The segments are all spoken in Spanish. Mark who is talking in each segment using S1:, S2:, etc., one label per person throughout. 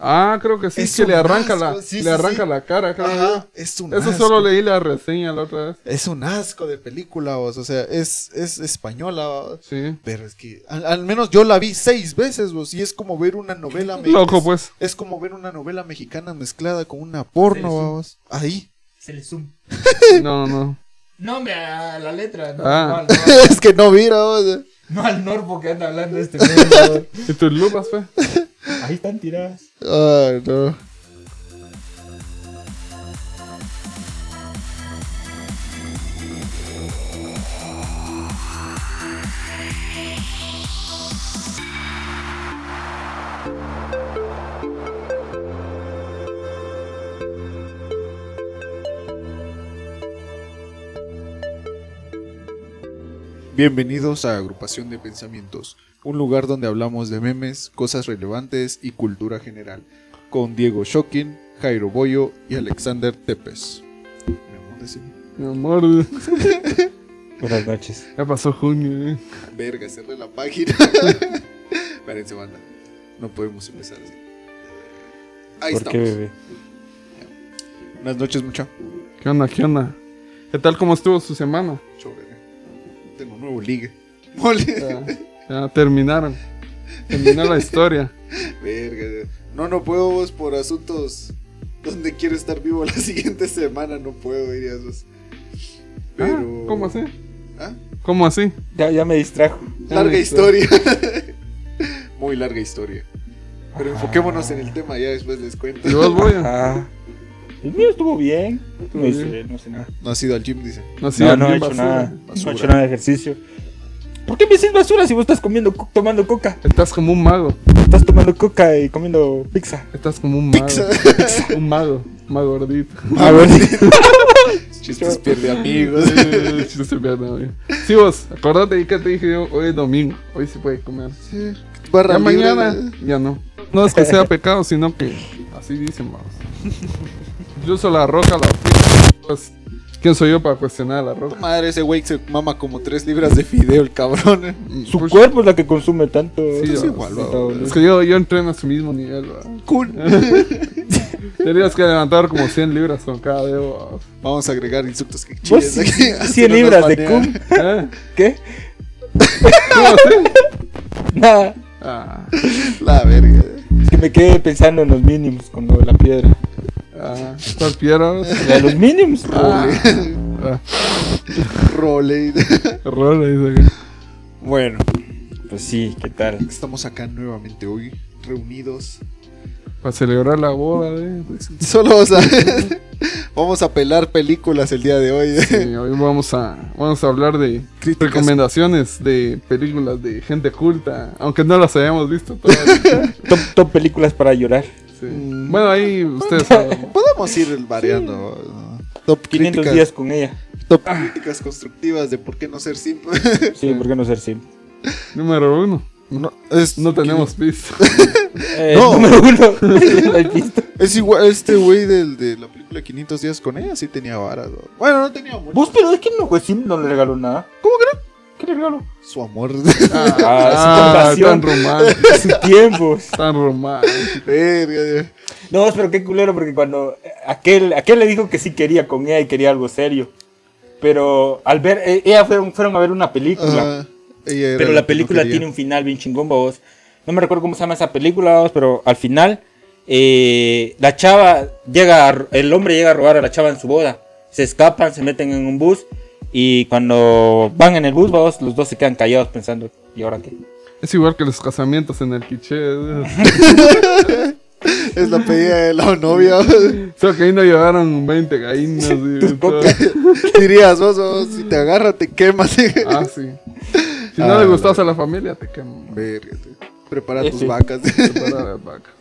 S1: Ah, creo que sí,
S2: Es
S1: que le
S2: un
S1: arranca,
S2: asco,
S1: la,
S2: sí, sí,
S1: le arranca
S2: sí.
S1: la cara. creo
S2: Ajá,
S1: que.
S2: es un
S1: Eso
S2: asco.
S1: solo leí la reseña la otra vez.
S2: Es un asco de película, vos, o sea, es, es española, vos.
S1: Sí.
S2: Pero es que al, al menos yo la vi seis veces, vos, y es como ver una novela mexicana.
S1: Loco, pues.
S2: Es como ver una novela mexicana mezclada con una
S3: Sí,
S2: porno,
S3: sí.
S2: vos. Ahí.
S3: Es el zoom.
S1: No, no.
S3: No, hombre, a la letra. No,
S1: Ah.
S3: no, al-
S2: es que no mira, vos.
S3: no al Norbo que anda hablando este mundo.
S1: ¿Y tus lupas, fue?
S3: Ahí están tiradas.
S2: Ah, no. Bienvenidos a Agrupación de Pensamientos, un lugar donde hablamos de memes, cosas relevantes y cultura general, con Diego Shokin, Jairo Boyo y Alexander Tepes. Mi amor, ese-
S1: Mi amor.
S4: Buenas noches.
S1: Ya pasó junio, eh.
S2: Verga, cerré la página. Espérense, banda. No podemos empezar así. Ahí
S4: ¿Por qué,
S2: estamos.
S4: bebé?
S2: Buenas noches, mucha.
S1: ¿Qué onda, qué onda? ¿Qué tal cómo estuvo su semana?
S2: Sobre. Tengo nuevo ligue. Mole.
S1: Ya, ya terminaron. Terminó la historia. Ah,
S2: Verga. No, no puedo vos por asuntos donde quiero estar vivo la siguiente semana. No puedo, dirías vos. Pero.
S1: Ah, ¿Cómo así?
S2: ¿Ah?
S1: ¿Cómo así?
S4: Ya, ya me distrajo.
S2: Larga
S1: Una
S2: historia. Muy larga historia. Pero enfoquémonos en el tema, ya después les cuento.
S1: ¿Y vos, voy?
S4: Ah. El mío estuvo bien.
S1: Estuvo
S4: No hice,
S1: bien.
S4: no hice nada.
S2: No has ido al gym, dice.
S1: No, sí,
S4: no, no he
S1: bien
S4: hecho
S1: basura.
S4: nada. No
S2: Basura.
S4: he hecho nada de ejercicio. ¿Por qué me dices basura si vos estás comiendo, co- tomando coca?
S1: Estás como un mago.
S4: Estás tomando coca y comiendo pizza.
S1: Estás como un mago.
S2: Pizza.
S1: Un mago. Mago gordito.
S4: A ver.
S2: Chistes pierde amigos.
S1: Eh, chiste se pierde, güey. Sí, vos, acordate de que te dije yo, hoy es domingo, hoy se puede comer. Ya
S2: Barra libre,
S1: mañana, ya no. No es que sea pecado, sino que así dicen, vamos. Incluso la roca la pues, ¿Quién soy yo para cuestionar a la
S2: ¿no?
S1: roca?
S2: Madre, ese güey se mama como tres libras de fideo, el cabrón.
S1: Mm,
S4: Su
S1: pues,
S4: cuerpo es la que consume tanto.
S1: Sí,
S2: Es
S1: yo-
S2: igual,
S4: tanto-
S2: va,
S1: Es que yo, yo entreno a su mismo nivel, va. Tendrías que levantar como 100 libras con cada dedo.
S2: Vamos a agregar insultos que
S4: Vos
S2: chiles
S4: sí-
S2: aquí. así
S4: 100
S2: no nos
S4: libras de
S2: banean.
S4: cum.
S1: va. ¿Eh?
S4: ¿Qué?
S1: ¿Cómo así?
S4: Nada.
S1: Ah,
S2: La verga.
S4: Es que me quedé pensando en los mínimos con lo de la piedra.
S1: ah, ¿cuál piedra?
S4: ¿De los mínimos?
S1: Ah, ah,
S2: Role.
S1: rola, dice que-
S2: Bueno,
S4: Pues sí, ¿qué tal?
S2: estamos acá nuevamente hoy, reunidos.
S1: Para celebrar la boda, ¿eh? de...
S2: Solo vamos a, vamos a pelar películas el día de hoy.
S1: Sí, hoy vamos a, vamos a hablar de
S2: Críticas.
S1: recomendaciones de películas de gente culta, aunque no las hayamos visto todavía.
S4: Top, top películas para llorar.
S1: Sí. Bueno, ahí ustedes saben.
S2: Podemos ir variando. ¿no? Top
S4: 500
S2: críticas,
S4: días con ella.
S2: top críticas constructivas de por qué no ser simple.
S4: Sí, ¿por qué no ser simple?
S1: Número uno,
S2: No, es,
S1: no tenemos pista.
S4: Eh,
S2: No.
S4: Número uno. El pisto.
S2: Es igual, este güey del, de la película 500 días con ella sí tenía varas. ¿no? Bueno, no tenía mucho.
S4: Vos, pero es que no fue simple, no le regaló nada.
S2: ¿Cómo que no?
S4: ¿Qué le regaló?
S2: Su amor.
S4: Ah,
S1: Ah,
S4: su
S1: tan
S4: tentación.
S1: romántico,
S4: Su tiempo.
S1: tan romántico.
S2: Verga,
S4: No, pero qué culero, porque cuando eh, aquel, aquel le dijo que sí quería con ella y quería algo serio. Pero al ver, eh, ella fueron, fueron a ver una película.
S2: Ajá. Ella era
S4: pero
S2: la
S4: la
S2: que
S4: película
S2: no quería.
S4: tiene un final bien chingón, vos. No me recuerdo cómo se llama esa película, babos, pero al final eh, la chava llega, a ro- el hombre llega a robar a la chava en su boda. Se escapan, se meten en un bus y cuando van en el bus, babos, los dos se quedan callados pensando, ¿y ahora qué? Eh,
S1: Es igual que los casamientos en el quiche.
S2: Es la pedida de la novia.
S1: Solo que ahí no llevaron 20 gallinas. y
S4: Tus
S1: todo.
S4: copias.
S2: Dirías, vos, vos, si te agarra, te quemas.
S1: Ah, sí. Si no
S2: Ah,
S1: le gustas a la familia, te queman.
S2: Verga, tío. Prepara
S4: Sí,
S2: tus
S4: sí.
S2: vacas.
S1: Prepara las vacas.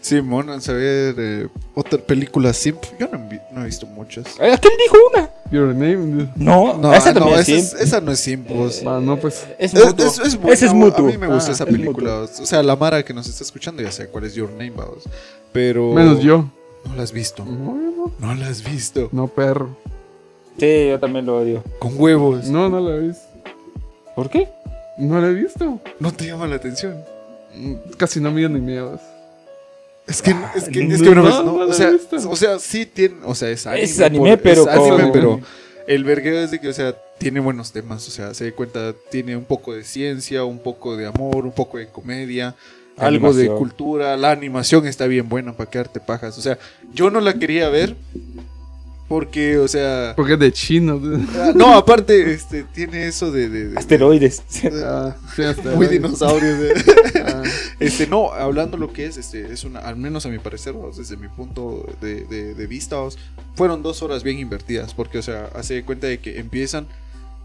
S2: Simón, vamos a ver eh, otra película simp. Yo no, he vi- no he visto muchas.
S4: Eh, Aquel dijo una.
S1: Your name.
S4: No,
S2: No,
S4: esa
S2: no,
S4: también
S2: esa,
S4: es simp.
S2: es- esa no es simp, vos.
S1: Ah, no, pues.
S4: Es
S2: Es-
S4: mutuo.
S2: es- es buena,
S4: Ese es
S2: güey.
S4: mutuo.
S2: A mí me gusta
S1: Ah,
S2: esa
S4: es mutuo.
S2: película. O sea, la Mara que nos está escuchando ya sabe cuál es Your Name, vamos. Pero.
S1: Menos yo. Mm.
S2: No la has visto.
S1: No, yo no.
S2: No la has visto.
S1: No, perro.
S4: Sí, yo también lo odio.
S2: Con huevos. No,
S1: No, no la he visto.
S4: ¿Por qué?
S1: No la he visto.
S2: te llama la atención.
S1: Mm, Casi no me dio ni miedo.
S2: Es que, es que, es que una
S1: no,
S2: vez,
S1: no
S2: no,
S1: la
S2: o,
S1: he
S2: sea,
S1: visto.
S2: o sea, sí tiene, o sea, es anime.
S4: Es anime, pero
S2: es anime,
S4: con-
S2: pero el verguero es de que, o sea, tiene buenos temas, o sea, se dé cuenta, tiene un poco de ciencia, un poco de amor, un poco de comedia, algo de
S4: Animación.
S2: cultura, la animación está bien buena para quedarte pajas, o sea, yo no la quería ver porque, o sea,
S1: Porque es de chino.
S2: ah, no, aparte, este, tiene eso de... de- de-
S4: Asteroides.
S1: Ah, sí, hasta
S2: muy
S1: ahí.
S2: dinosaurios. eh.
S1: Ah,
S2: Este, no, hablando lo que es, este, es una, al menos a mi parecer, o desde mi punto de, de- de vista, o sea, fueron dos horas bien invertidas, porque, o sea, hace de cuenta de que empiezan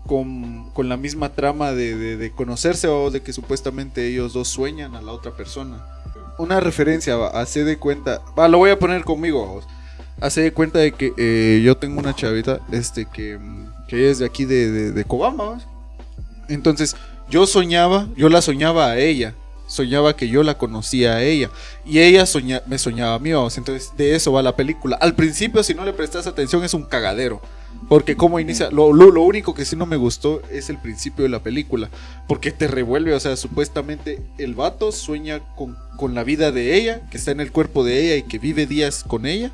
S2: con, con la misma trama de, de- de conocerse o de que supuestamente ellos dos sueñan a la otra persona. Una referencia, va, hace de cuenta, va, lo voy a poner conmigo, o- hace de cuenta de que eh, yo tengo una chavita, este, que, mm, que ella es de aquí de, de, de Cobamba, ¿va? entonces yo soñaba, yo la soñaba a ella. Soñaba que yo la conocía a ella. Y ella soña- me soñaba a mí. vamos. Entonces, de eso va la película. Al principio, si no le prestas atención, es un cagadero. Porque como inicia, lo, lo- lo único que sí no me gustó es el principio de la película. Porque te revuelve, o sea, supuestamente el vato sueña con, con la vida de ella, que está en el cuerpo de ella y que vive días con ella.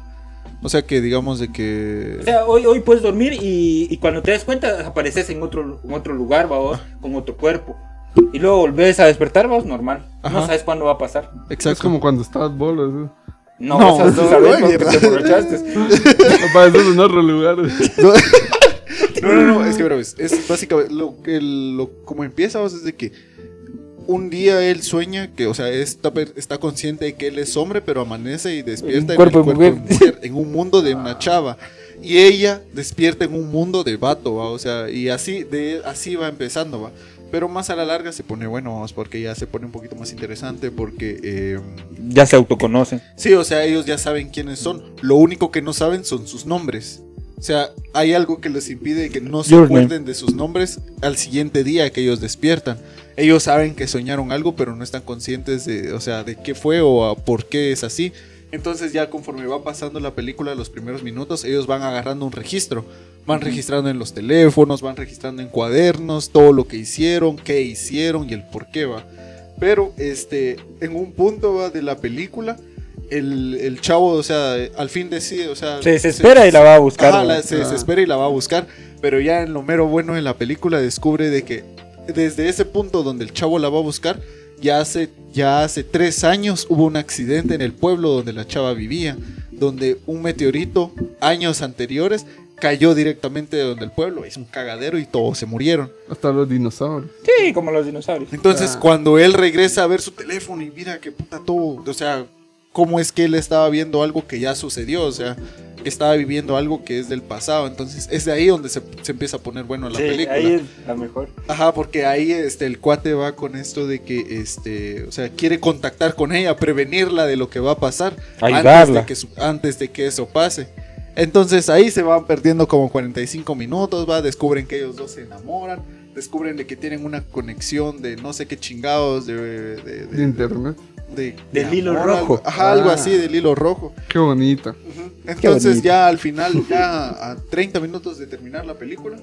S2: O sea que digamos de que...
S4: O sea, hoy, hoy puedes dormir y, y cuando te das cuenta apareces en otro, en otro lugar, vos, con otro cuerpo. Y luego volvés a despertar, vos, normal. No
S2: Ajá.
S4: sabes cuándo va a pasar.
S1: Es como cuando estás bolos.
S4: No,
S2: No,
S4: esas dos
S2: no,
S4: sabes
S2: no,
S4: porque te
S2: mierda.
S4: emborrachaste.
S1: Apareces en otro lugar.
S2: No, no, no, no, es que, bro, es, es básicamente lo que el- lo- como empieza, o sea, es de que un día él sueña que, o sea, está, per- está consciente de que él es hombre, pero amanece y despierta
S4: Un cuerpo de
S2: de
S4: mujer.
S2: mujer, en un mundo de una chava. Y ella despierta en un mundo de vato, ¿va? o sea, y así, de, así va empezando, va. Pero más a la larga se pone bueno, vamos, porque ya se pone un poquito más interesante, porque... eh,
S4: Ya se autoconocen.
S2: Sí, o sea, ellos ya saben quiénes son. Lo único que no saben son sus nombres. O sea, hay algo que les impide que no se
S4: Your
S2: acuerden de sus nombres al siguiente día que ellos despiertan. Ellos saben que soñaron algo, pero no están conscientes de, o sea, de qué fue o a por qué es así. Entonces ya conforme va pasando la película, los primeros minutos, ellos van agarrando un registro. Van registrando en los teléfonos, van registrando en cuadernos, todo lo que hicieron, qué hicieron y el por qué va. Pero este, en un punto va, de la película, el, el chavo, o sea, al fin decide, o sea...
S4: Se desespera y la va a buscar.
S2: Ajá,
S4: vos.
S2: la- se desespera y la va a buscar. Pero ya en lo mero bueno de la película descubre de que desde ese punto donde el chavo la va a buscar, ya hace, ya hace tres años hubo un accidente en el pueblo donde la chava vivía, donde un meteorito años anteriores cayó directamente de donde el pueblo, es un cagadero y todos se murieron.
S1: Hasta los dinosaurios.
S4: Sí, como los dinosaurios.
S2: Entonces,
S1: Ah.
S2: cuando él regresa a ver su teléfono y mira que puta todo, o sea, cómo es que él estaba viendo algo que ya sucedió, o sea, que estaba viviendo algo que es del pasado. Entonces, es de ahí donde se, se empieza a poner bueno la
S4: Sí,
S2: película.
S4: ahí es la mejor.
S2: Ajá, porque ahí este, el cuate va con esto de que, este, o sea, quiere contactar con ella, prevenirla de lo que va a pasar antes
S4: Ayudarla.
S2: de, que su- antes de que eso pase. Entonces ahí se van perdiendo como 45 minutos, va, descubren que ellos dos se enamoran, descubren de que tienen una conexión de no sé qué chingados, de... de-
S1: De
S2: de-
S1: internet.
S2: de-
S4: Del
S2: de
S4: hilo
S2: amor, algo-
S4: rojo.
S2: ajá, algo
S1: Ah.
S2: así, del hilo rojo.
S1: Qué bonita.
S2: Ujú. Entonces
S4: bonito.
S2: ya al final, ya a 30 minutos de terminar la película,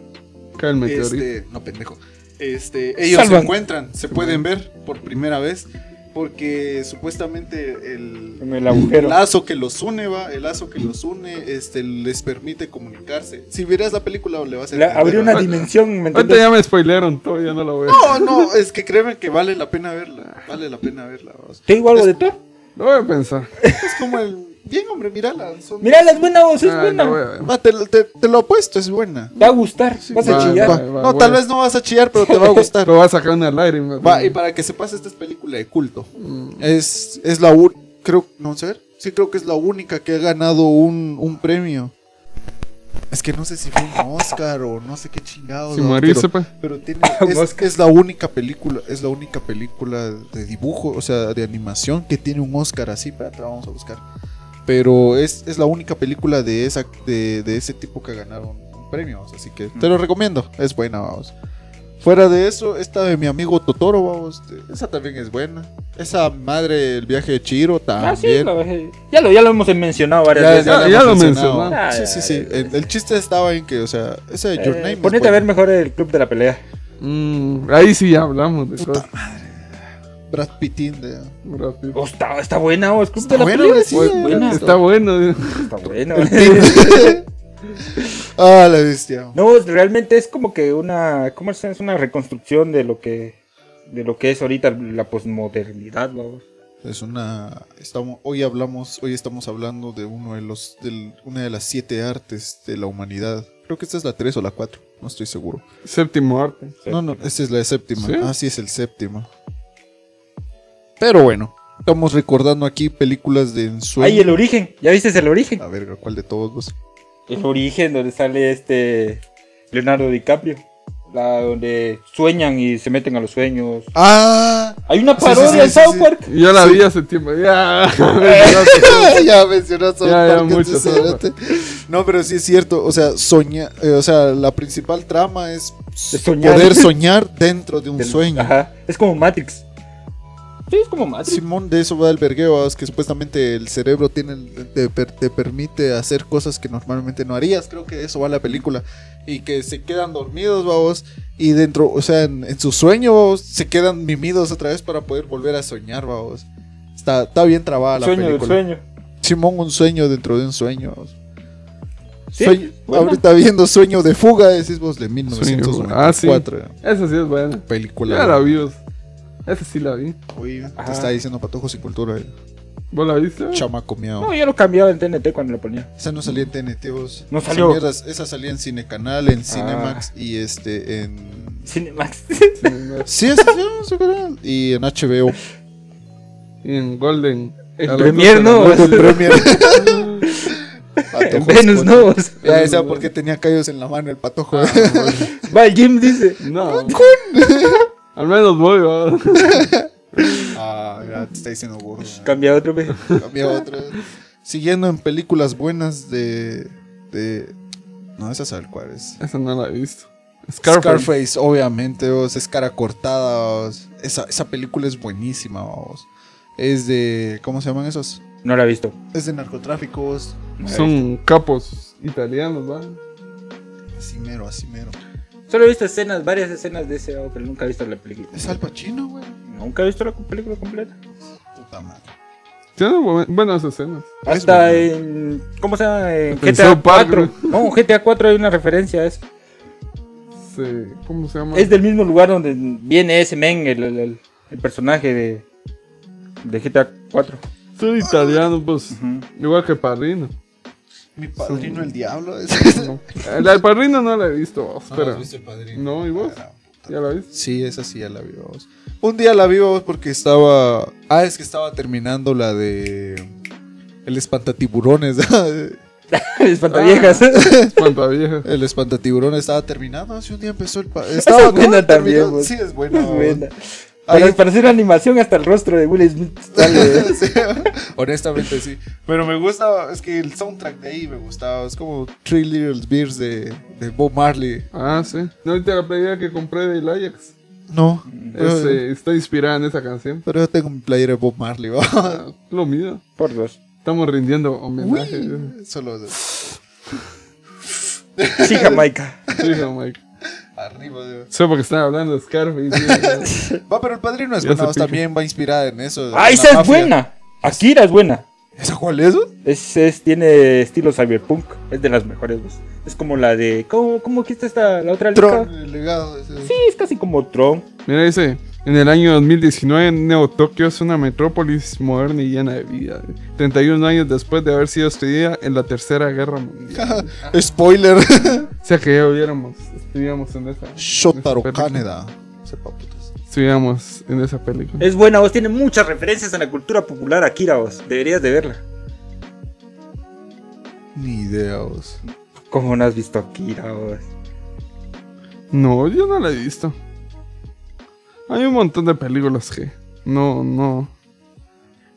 S1: Cae el meteorito.
S2: este, no pendejo. Este, ellos
S4: Salvan.
S2: se encuentran, se pueden ver por primera vez porque supuestamente el,
S4: En el agujero.
S2: lazo que los une va, el lazo que los une, este les permite comunicarse. Si vieras la película le vas a
S4: La-
S2: entender,
S4: abrió una
S2: ¿va?
S4: dimensión, ¿me
S1: Ahorita
S4: entiendes?
S1: ya me spoilearon todo, ya no lo veo.
S2: No, no, es que créeme que vale la pena verla, vale la pena verla. va.
S4: Te digo algo de Thor.
S1: Lo voy a pensar.
S2: Es como el bien hombre, mírala, son-
S4: Mira, la es buena voz, es
S1: Ah,
S4: buena.
S1: lo voy a ver.
S2: Va, te, lo- te- te lo apuesto, es buena.
S4: Te va a gustar, vas a
S1: va,
S4: chillar.
S2: Va,
S1: Ay, va,
S2: no,
S1: voy
S2: tal
S1: a-
S2: vez no vas a chillar, pero te va a gustar.
S1: Pero va a sacar una lágrima.
S2: Va, y para que sepas, esta es película de culto.
S1: Mm,
S2: Es, es la única, creo, no sé, sí creo que es la única que ha ganado un, un premio. Es que no sé si fue un Oscar o no sé qué chingado.
S1: Si
S2: ¿no?
S1: morirse,
S2: pero,
S1: pues.
S2: pero tiene,
S1: Un
S2: es,
S1: Oscar.
S2: es la única película, es la única película de dibujo, o sea, de animación que tiene un Oscar así, pero la vamos a buscar. Pero es, es la única película de esa de, de ese tipo que ha ganado un, un premio, o sea, así que te lo recomiendo, es buena, vamos. Fuera de eso, esta de mi amigo Totoro, vamos, te- esa también es buena. Esa madre, el viaje de Chiro
S4: Ah, sí,
S2: también.
S4: lo dejé. ya, lo, ya lo hemos mencionado varias
S2: Ya,
S4: veces.
S1: ya
S2: la
S1: lo
S2: hemos
S1: mencionó.
S2: mencionado.
S4: Ah,
S2: Sí,
S4: ya,
S2: sí,
S4: ya,
S2: sí.
S4: ya.
S2: El, el chiste estaba en que, o sea, esa de Your
S4: Eh,
S2: Name. es
S4: ponete
S2: buena.
S4: a ver mejor el club de la pelea.
S1: Mm, ahí sí ya hablamos de cosas.
S2: Brad Pittin de...
S1: Brad Pitt.
S4: Oh, está, está buena, oh, es culpa
S2: Está
S4: de la
S2: buena,
S4: película.
S2: sí,
S1: Oye,
S2: eh.
S4: buena.
S1: Pues, Está bueno.
S4: Está buena.
S2: ah, la bestia.
S4: No, realmente es como que una, ¿cómo se llama? Es una reconstrucción de lo que, de lo que es ahorita la posmodernidad, vamos.
S2: Es una estamos hoy hablamos hoy estamos hablando de uno de los del- una de las siete artes de la humanidad. Creo que esta es la tres o la cuatro, no estoy seguro.
S1: Séptimo arte.
S2: No, no, esta es la séptima.
S1: ¿Sí?
S2: Ah, sí es el séptimo. Pero bueno, estamos recordando aquí películas de ensueño.
S4: Ay, el origen, ¿ya viste el origen?
S2: A ver, ¿cuál de todos?
S4: El origen donde sale este Leonardo DiCaprio, la donde sueñan y se meten a los sueños.
S2: Ah,
S4: Hay una
S2: Sí, sí,
S4: parodia
S2: sí,
S4: en
S2: sí,
S4: South
S2: sí.
S4: Park.
S1: Yo la vi hace tiempo. Ya. Gracias.
S2: ya mencionaste
S1: Ya, ya,
S2: Park,
S1: mucho,
S2: este
S1: South
S2: cerote. No, pero sí es cierto, o sea, soña, eh, o sea, la principal trama es
S4: soñar.
S2: poder soñar dentro de un
S4: Del-
S2: sueño.
S4: Ajá, es como Matrix. Sí, es como Matrix.
S2: Simón, de eso va el vergueo, es que supuestamente el cerebro tiene, te, per- te permite hacer cosas que normalmente no harías, creo que de eso va la película, y que se quedan dormidos, babos, y dentro, o sea, en, en su sueño, babos, se quedan mimidos otra vez para poder volver a soñar, babos. Está, está bien trabada
S4: El
S2: la
S4: sueño del
S2: película.
S4: sueño.
S2: Simón, un sueño dentro de un sueño. babos.
S4: Sí,
S2: Sueño-
S4: buena.
S2: ahorita viendo Sueño de Fuga, decís vos, de
S1: Sueño, ah, sí.
S2: 1994.
S1: Esa sí es buena.
S2: Película.
S1: Ya la vi. vos. Esa sí la vi.
S2: Uy, te
S4: Ajá.
S2: está diciendo patojos y cultura. eh.
S1: ¿Vos la viste?
S2: Chamaco miau.
S4: No, yo lo cambiaba en TNT cuando lo ponía.
S2: Esa no salía en TNT, vos.
S4: No
S2: Esa
S4: salió.
S2: mierda- Esa, salía en Cinecanal, en Cinemax y este en.
S4: Cinemax.
S1: Sí, no.
S2: Sí, esa sí, no, esa era. Y en HBO.
S1: Y en Golden.
S4: En
S1: A las doce de
S4: Premiere, no.
S1: la noche.
S2: Premier.
S4: En
S2: Patojos,
S4: Venus,
S2: coño.
S4: no.
S2: Ya, esa porque tenía callos en la mano el patojo.
S4: Va el Jim, dice.
S1: No. Al menos voy, va.
S2: ah, ya te está diciendo burro.
S4: Cambia otro vez.
S2: Cambia otra. Siguiendo en películas buenas de. de... No, esa sabe cuál es.
S1: Esa no la he visto. Scarface.
S2: Scarface, obviamente, vos, es cara cortada. vos. Esa, esa película es buenísima, vos. Es de. ¿Cómo se llaman esos?
S4: No la he visto.
S2: Es de narcotráfico, vos.
S1: Son capos italianos, va.
S2: Así mero, así mero.
S4: Solo he visto escenas, varias escenas de ese lado, pero nunca he visto la película.
S2: Es Al Pacino, güey.
S4: Nunca he visto la película completa.
S2: Puta madre.
S1: Tienen bu- buenas escenas.
S4: Hasta en. ¿Cómo se llama? En
S1: En
S4: GTA
S1: South Park,
S4: 4. No, GTA 4 hay una referencia a eso.
S1: Se- ¿Cómo se llama?
S4: Es del mismo lugar donde viene ese men, el, el- el- el personaje de, de GTA 4.
S1: Son italianos, pues. Igual que Parrino.
S2: Mi padrino, el diablo. Es...
S1: No. La de Parrino no la he visto, vos, pero-
S2: Ah, el padrino?
S1: No, ¿y vos? ¿Ya la viste?
S2: Sí, esa sí ya la vimos. Un día la vimos porque estaba. Ah, es que estaba terminando la de. El espantatiburones.
S4: Espantaviejas.
S1: Espantaviejas.
S2: el espantatiburones estaba terminando. Así un día empezó el. pa- Estaba
S4: es buena
S2: acabando,
S4: también,
S2: terminó.
S4: vos.
S2: Sí, es buena.
S4: Es
S2: vos.
S4: buena.
S2: Ahí-
S4: Para, para hacer una animación hasta el rostro de Will Smith sale.
S2: Sí, honestamente sí. Pero me gusta, es que el soundtrack de ahí me gustaba. Es como Three Little Bears de, de Bob Marley.
S1: Ah, sí. ¿No viste la playera que compré del Ajax?
S2: No,
S4: Mm.
S2: pero,
S1: Este, está inspirada en esa canción.
S2: pero yo tengo mi playera de Bob Marley. ¿va?
S1: Ah, Lo mío.
S4: Por dos.
S1: Estamos rindiendo homenaje.
S2: Uy, Solo
S4: Sí, Jamaica.
S1: Sí, hijo, Mike.
S2: arriba. de-
S1: Solo porque están hablando de Scarface. sí.
S2: Va, pero el padrino es
S1: Ya
S2: buena.
S1: se
S2: vos
S1: pica.
S2: También va inspirada en eso.
S4: ¡Ah,
S2: en
S4: esa
S2: la
S4: es
S2: mafia.
S4: buena! Akira es buena.
S2: ¿Esa cuál es? vos?
S4: Es, es- tiene estilo cyberpunk. Es de las mejores. pues. Es como la de. ¿Cómo, cómo que está esta, la otra
S2: Tron,
S4: liga?
S2: el legado. ese.
S4: Sí, es casi como Tron.
S1: Mira, dice, en el año 2019, Neo Tokio es una metrópolis moderna y llena de vida. 31 años después de haber sido estudiada en la Tercera Guerra Mundial.
S2: Spoiler.
S1: O sea que ya hubiéramos, estuviéramos en esa,
S2: Shotaro
S1: Perfecto.
S2: Kaneda. Sepa putas.
S1: estuviéramos en esa película.
S4: Es buena, vos. Tiene muchas referencias en la cultura popular Akira, vos. Deberías de verla.
S2: Ni idea. vos.
S4: ¿Cómo no has visto Akira, vos?
S1: No, yo no la he visto. Hay un montón de películas que no, no,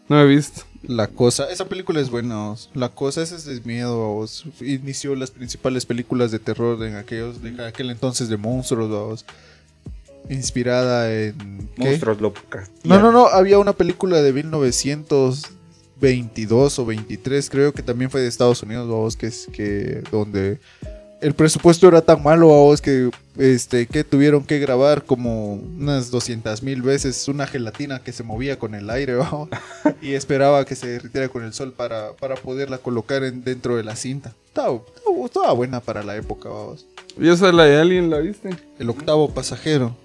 S1: no he visto.
S2: La cosa, esa película es buena. vos. La cosa ese es de miedo. vos. Inició las principales películas de terror en aquellos de aquel entonces de monstruos. vos. Inspirada en ¿qué?
S4: Monstruos locas.
S2: No, no, no, había una película de 1922 o 23, creo que también fue de Estados Unidos, vamos, que es que donde el presupuesto era tan malo a vos que, este, que tuvieron que grabar como unas 200 mil veces una gelatina que se movía con el aire ¿va? y esperaba que se derritiera con el sol para, para poderla colocar en- dentro de la cinta. Estaba, estaba- estaba buena para la época, ¿va vos.
S1: ¿Y esa la de Alien la viste?
S2: El octavo pasajero.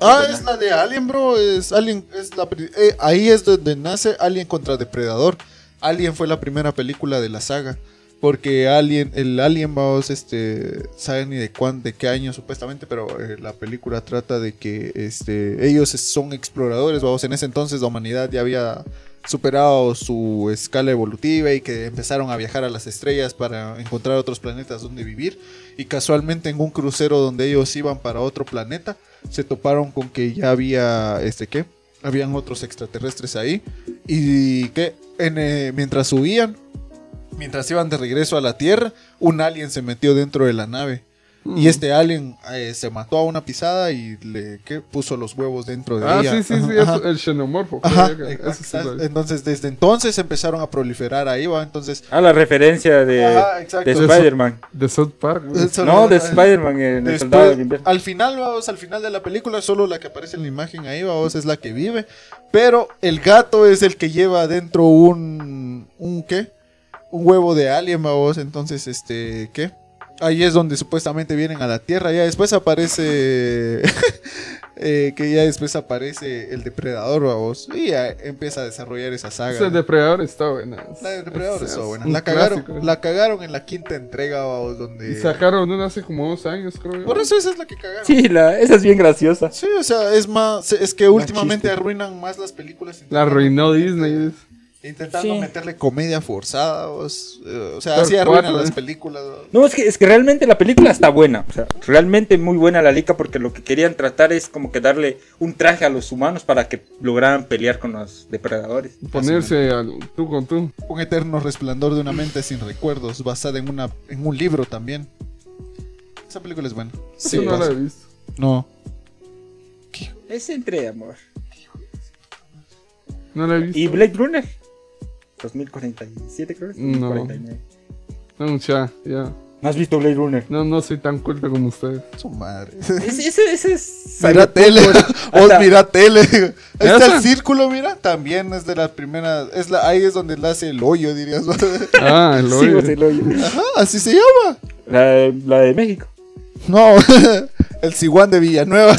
S2: Ah, es la de Alien, bro. Es Alien, es la pri- eh, ahí es donde nace Alien contra Depredador. Alien fue la primera película de la saga. Porque Alien, el Alien, vamos, este, saben ni de cuán, de qué año supuestamente, pero eh, la película trata de que este, ellos son exploradores, vamos, en ese entonces la humanidad ya había superado su escala evolutiva y que empezaron a viajar a las estrellas para encontrar otros planetas donde vivir. Y casualmente en un crucero donde ellos iban para otro planeta, se toparon con que ya había, este, ¿qué? Habían otros extraterrestres ahí. Y que en, eh, mientras subían, mientras iban de regreso a la Tierra, un alien se metió dentro de la nave. Y
S1: Mm.
S2: este alien eh, se mató a una pisada y le ¿qué? puso los huevos dentro de
S1: Ah,
S2: ella.
S1: sí, sí, sí,
S2: Ajá, ajá.
S1: eso, el xenomorfo.
S2: Ajá,
S1: creo que- eso sí
S2: exacto.
S1: la vi.
S2: entonces desde entonces empezaron a proliferar ahí, va. Entonces,
S4: Ah, la referencia de,
S2: Ajá, exacto.
S4: de Spider-Man.
S1: De South Park. güey.
S2: solo-
S4: No, de Spider-Man en el
S2: después-
S4: soldado del invierno.
S2: al final, vamos, al final de la película, solo la que aparece en la imagen ahí, vamos, es la que vive. Pero el gato es el que lleva adentro un. ¿Un qué? Un huevo de alien, vamos. Entonces, este. ¿Qué? Ahí es donde supuestamente vienen a la Tierra. Ya después aparece. eh, que ya después aparece el depredador, vamos. Y ya empieza a desarrollar esa saga.
S1: Esa, el depredador está buena.
S2: La de Depredador
S1: Es-
S2: estuvo
S1: es
S2: buena.
S1: un
S2: La cagaron,
S1: clásico.
S2: la cagaron en la quinta entrega, vamos,
S1: Y
S2: donde.
S1: sacaron una hace como dos años, creo. yo.
S2: Por eso esa es la que cagaron. Sí,
S4: Sí, la, esa es bien graciosa.
S2: o sea, es más. Es que últimamente arruinan más las películas.
S1: La arruinó Disney.
S2: Intentando
S4: Sí.
S2: meterle comedia forzada, vos. eh, O sea,
S1: Thor
S2: así arruinan
S1: cuatro,
S2: las
S1: eh.
S2: películas. vos.
S4: No, es que, es que realmente la película está buena. O sea, realmente muy buena la lica porque lo que querían tratar es como que darle un traje a los humanos para que lograran pelear con los depredadores.
S1: Ponerse al tú con tú.
S2: Un eterno resplandor de una mente sin recuerdos, basada en, una, en un libro también. Esa película es buena.
S1: Sí, no la
S2: pasa.
S1: he visto.
S2: no.
S4: Es entre amor.
S1: No la he visto.
S4: ¿Y Blade Runner? 2047 creo. que es,
S1: No.
S4: 2049.
S1: No, ya, ya.
S4: ¿No has visto Blade Runner?
S1: No, no soy tan culto como ustedes.
S2: Su madre.
S4: Ese, ese, ese es...
S2: Mira tele, vos
S4: Hasta-
S2: mira tele. Ahí está
S1: Esa.
S2: el círculo, mira. También es de las primeras. Es la, ahí es donde le hace el hoyo, dirías. vos.
S1: Ah, el
S4: Sí,
S1: hoyo.
S4: vos el hoyo.
S2: Ajá, así se llama.
S4: La, la de México.
S2: No, el Ciguán de Villanueva.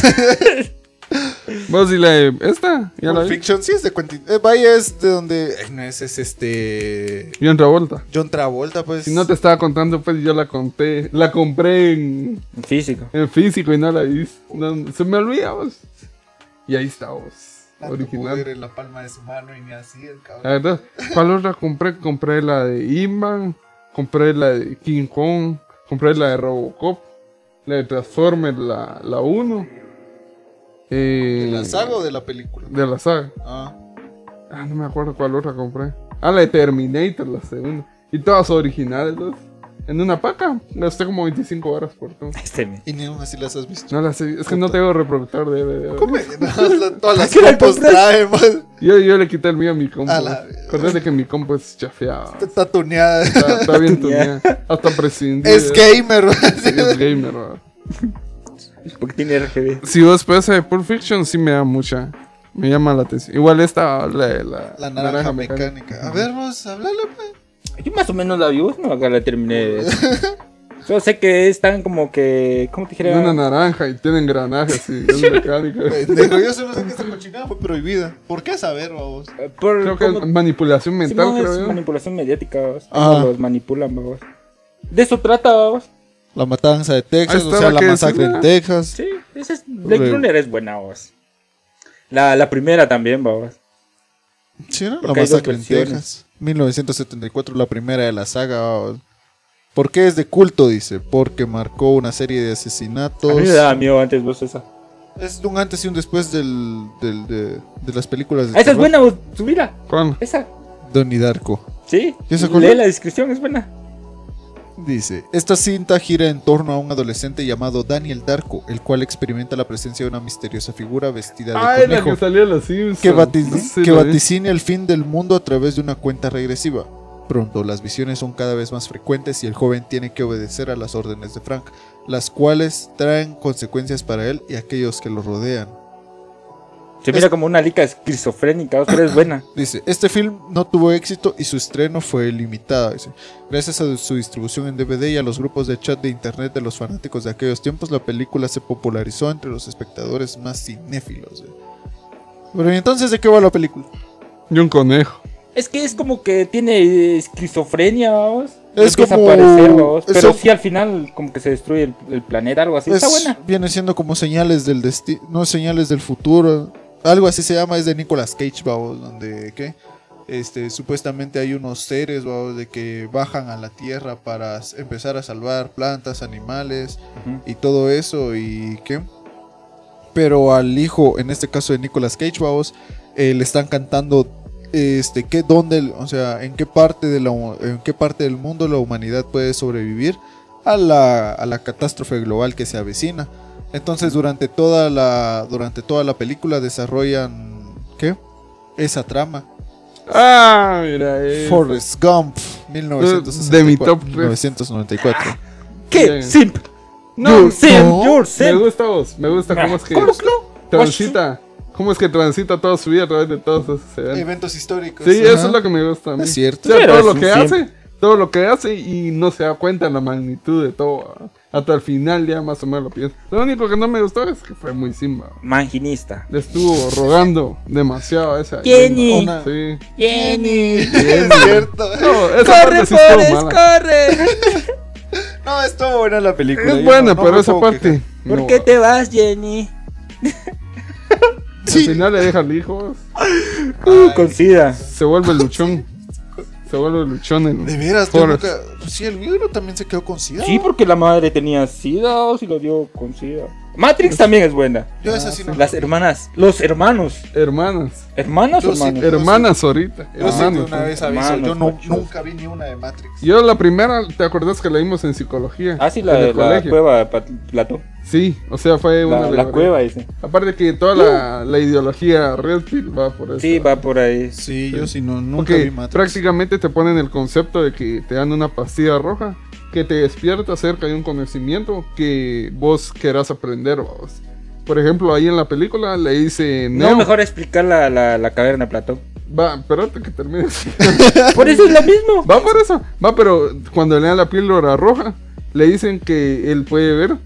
S1: Vos y la de- esta, ya la
S2: Pulp
S1: vi.
S2: Fiction, sí, es de Quentin. Eh, vaya, es de donde. Ay, no, ese es este.
S1: Yo en Travolta.
S2: John Travolta, pues.
S1: Si no te estaba contando, pues yo la conté. La compré en,
S4: En físico.
S1: en físico y no la vi. No, se me olvida, vos. Y ahí está, vos.
S2: Tanto poder
S1: Original.
S2: en la palma de su mano y ni así, el cabrón.
S1: La verdad, ¿cuál otra compré? Compré la de Inman, compré la de King Kong, compré la de Robocop, la de Transformers, la, la 1. Eh,
S2: ¿De la saga o de la película?
S1: De la saga.
S2: Ah,
S1: Ah, no me acuerdo cuál otra compré. Ah, la de Terminator, la segunda. Y todas originales, dos. En una paca, gasté como 25 horas por todo.
S4: Este me...
S2: y ni aún así las has visto.
S1: No la sé, es que no tengo reproductor de DVD.
S2: ¿Cómo? La- Todas las
S4: ¿Qué le
S2: fotos
S4: compras?
S2: traen, man.
S1: Yo, yo le quité el mío a mi compu.
S2: A la-
S1: Acuérdate que mi compu es chafeada.
S2: Está tuneada.
S1: Está, está bien tuneada. Hasta prescindir.
S2: Es gamer,
S1: Sí, es gamer, ¿verdad?
S4: Porque tiene RGB.
S1: Si vos ves de Pulp Fiction, sí me da mucha. Me llama la atención. Igual esta, la, la,
S2: La naranja, mecánica. A ver, vos, hablale, pues.
S4: Yo más o menos la vi, vos no acá la terminé. de ver. Yo sé que están como que. ¿Cómo te dijera?
S1: Tiene una naranja y tiene engranajes y es mecánica.
S2: Pendejo, yo solo sé que esta cochinada fue prohibida. ¿Por qué saber, vos?
S4: Eh, Por,
S1: Creo que
S4: como-
S1: es manipulación
S4: Sí,
S1: mental,
S4: no, es
S1: creo yo.
S4: manipulación mediática, vos.
S2: Ah.
S4: Cómo los manipulan, vos. De eso trata, vos.
S2: La matanza de Texas,
S1: Ahí
S2: o
S1: está
S2: sea,
S1: la
S2: la
S1: que
S2: masacre
S1: decía.
S2: en Texas.
S4: Sí, ese es. Blade
S2: Luego.
S4: Runner es buena, vos. La, la primera también, vos.
S2: Sí, ¿no? La
S4: Porque hay dos
S2: masacre en
S4: versiones.
S2: Texas. 1974, la primera de la saga. vamos. ¿Por qué es de culto? Dice. Porque marcó una serie de
S4: A mí me
S2: asesinatos.
S4: daba miedo antes, vos, esa. Ah,
S2: Es un antes y un después del, del- de, de las películas de
S4: Ah, Esa es
S2: terror.
S4: buena, vos. Subila.
S1: ¿Cuál?
S4: Esa.
S2: Donnie Darko.
S4: Sí.
S2: ¿Y esa cuál
S4: Lee
S2: es?
S4: la descripción, es buena.
S2: Dice, esta cinta gira en torno a un adolescente llamado Daniel Darko, el cual experimenta la presencia de una misteriosa figura vestida de
S1: Ah, es la
S2: conejo.
S1: que salió en los Simpsons.
S2: que, batiz-
S1: Sí,
S2: que
S1: la vi.
S2: vaticina el fin del mundo a través de una cuenta regresiva. Pronto, las visiones son cada vez más frecuentes y el joven tiene que obedecer a las órdenes de Frank, las cuales traen consecuencias para él y aquellos que lo rodean.
S4: Se mira como una lica esquizofrénica, pero es buena.
S2: Dice, este film no tuvo éxito y su estreno fue limitado. Dice, gracias a su distribución en DVD y a los grupos de chat de internet de los fanáticos de aquellos tiempos, la película se popularizó entre los espectadores más cinéfilos. güey. Pero ¿y entonces, ¿de qué va la película?
S1: Y un conejo.
S4: Es que es como que tiene eh, esquizofrenia, vamos.
S2: Es
S4: Empieza
S2: como-
S4: a aparecer, vamos.
S2: es
S4: Pero
S2: un-
S4: sí, al final, como que se destruye el, el planeta, algo así. Está
S2: Es-
S4: buena.
S2: Viene siendo como señales del destino, no señales del futuro, algo así se llama, es de Nicolas Cage, vamos, donde ¿qué? Este, supuestamente hay unos seres, vamos, de que bajan a la Tierra para s- empezar a salvar plantas, animales
S4: Ujú.
S2: y todo eso y qué. Pero al hijo, en este caso de Nicolas Cage, vamos, eh, le están cantando este qué dónde, o sea, en qué parte de la hu- en qué parte del mundo la humanidad puede sobrevivir a la, a la catástrofe global que se avecina. Entonces durante toda la durante toda la película desarrollan qué esa trama.
S1: Ah, mira. eso.
S2: Forrest Gump
S1: De mi top
S2: 1964,
S1: tres.
S2: 1994.
S4: ¿Qué?
S1: Bien.
S4: Simp. No,
S1: Yo-
S4: simp,
S2: no,
S4: you're
S1: Me
S4: simp.
S1: gusta vos, me gusta Ah. cómo es que
S4: ¿Cómo que no?
S1: transita. ¿Cómo es que transita toda su vida a través de todos esos eventos?
S2: Eventos históricos.
S1: Ah, Sí,
S2: Eh, ajá.
S1: eso es lo que me gusta a mí.
S2: Es cierto.
S1: O sea,
S4: Pero
S1: todo
S4: es
S1: lo
S4: un
S1: que
S4: simp.
S1: hace, todo lo que hace y no se da cuenta de la magnitud de todo. Hasta el final ya más o menos lo piensa. Lo único que no me gustó es que fue muy simba.
S4: Manginista.
S1: Le estuvo rogando demasiado a esa.
S4: Jenny.
S1: Una- Sí.
S4: Jenny.
S2: Es cierto.
S1: No, esa
S4: Corre,
S1: parte sí estuvo
S4: Forrest,
S1: mala.
S4: corre.
S2: No, estuvo buena la película.
S1: Es
S2: yo
S1: buena,
S2: no- no
S1: pero
S2: me
S1: esa
S2: puedo
S1: parte.
S4: ¿Por
S1: no.
S4: qué te vas, Jenny?
S1: Al final le dejan hijos.
S4: Uh, con sida.
S1: Se vuelve luchón. Se vuelve luchón el.
S2: De veras, yo
S1: Forrest.
S2: nunca... Sí, el libro también se quedó con sida.
S4: Sí, porque la madre tenía sida o si lo dio con sida. Matrix también es buena.
S2: Yo esa sí no.
S4: Las hermanas, los hermanos.
S1: Hermanas.
S4: ¿Hermanas o
S2: Yo sí.
S4: hermanos?
S1: Hermanas ahorita.
S2: Yo sí de
S1: hermanos.
S2: una vez aviso,
S4: Hermanos,
S2: yo no-
S4: machos.
S2: nunca vi ni una de Matrix.
S1: Yo la primera, ¿te acordás que la vimos en psicología?
S4: Ah, sí,
S1: En
S4: la,
S1: el
S4: de la
S1: colegio.
S4: cueva de Pat- Platón.
S1: Sí, o sea, fue una Pues
S4: La, la
S1: alegoría.
S4: cueva dice.
S1: Aparte que toda la, la ideología Red Pill va por eso.
S4: Sí, va por ahí.
S2: Sí, yo sí no, nunca
S1: Porque
S2: vi Matrix.
S1: prácticamente te ponen el concepto de que te dan una pastilla roja que te despierta acerca de un conocimiento que vos querás aprender, vamos. Por ejemplo, ahí en la película le dice
S4: No,
S1: Neo,
S4: mejor explicar la, la, la caverna de Platón.
S1: va, espérate que termines.
S4: Por eso es lo mismo.
S1: va por eso, va, pero cuando le dan la píldora roja, le dicen que él puede ver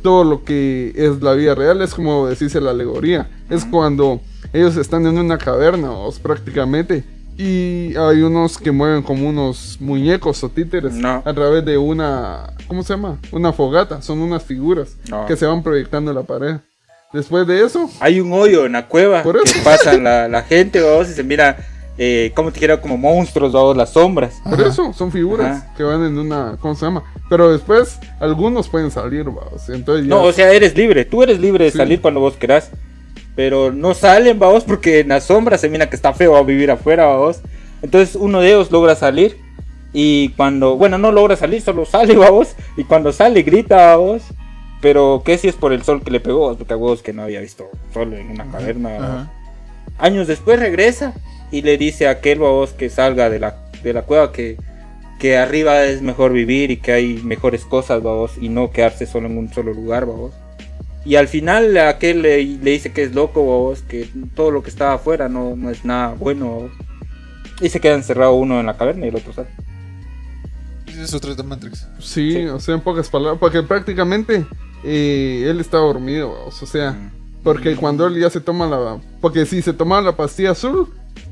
S1: todo lo que es la vida real, es como decís la alegoría. Es cuando ellos están en una caverna, vamos, prácticamente. Y hay unos que mueven como unos muñecos o títeres
S4: No.
S1: a través de una. ¿Cómo se llama? Una fogata. Son unas figuras
S4: No.
S1: que se van proyectando en la pared. Después de eso,
S4: Hay un hoyo en la cueva
S1: Por eso.
S4: que pasa la, la gente, vamos, y se mira, eh, como te quiera, como monstruos, vamos, las sombras.
S1: Por eso, son figuras
S4: Ajá.
S1: que van en una. ¿Cómo se llama? Pero después, algunos pueden salir, vaos. Entonces ya.
S4: No, o sea, eres libre, tú eres libre de
S1: Sí.
S4: salir cuando vos querás. Pero no salen, vamos, porque en las sombras se mira que está feo vivir afuera, vamos. Entonces uno de ellos logra salir y cuando, bueno, no logra salir, solo sale, vamos. Y cuando sale grita, vamos. Pero que si es por el sol que le pegó, vamos, porque a huevos que no había visto sol en una caverna. vamos.
S2: Ajá.
S4: Años después regresa y le dice a aquel vamos que salga de la, de la cueva que, que arriba es mejor vivir y que hay mejores cosas, vamos, y no quedarse solo en un solo lugar, vamos. Y al final aquel le, le dice que es loco, vamos, que todo lo que está afuera no, no es nada bueno, babos. Y se queda encerrado uno en la caverna y el otro sale.
S2: Es otra de Matrix.
S1: sí,
S4: sí.
S1: o sea, en pocas palabras. Porque prácticamente eh, él está dormido, vaos, O sea, Ah,
S4: Mm.
S1: porque cuando él ya se toma la. Porque si se tomaba la pastilla azul,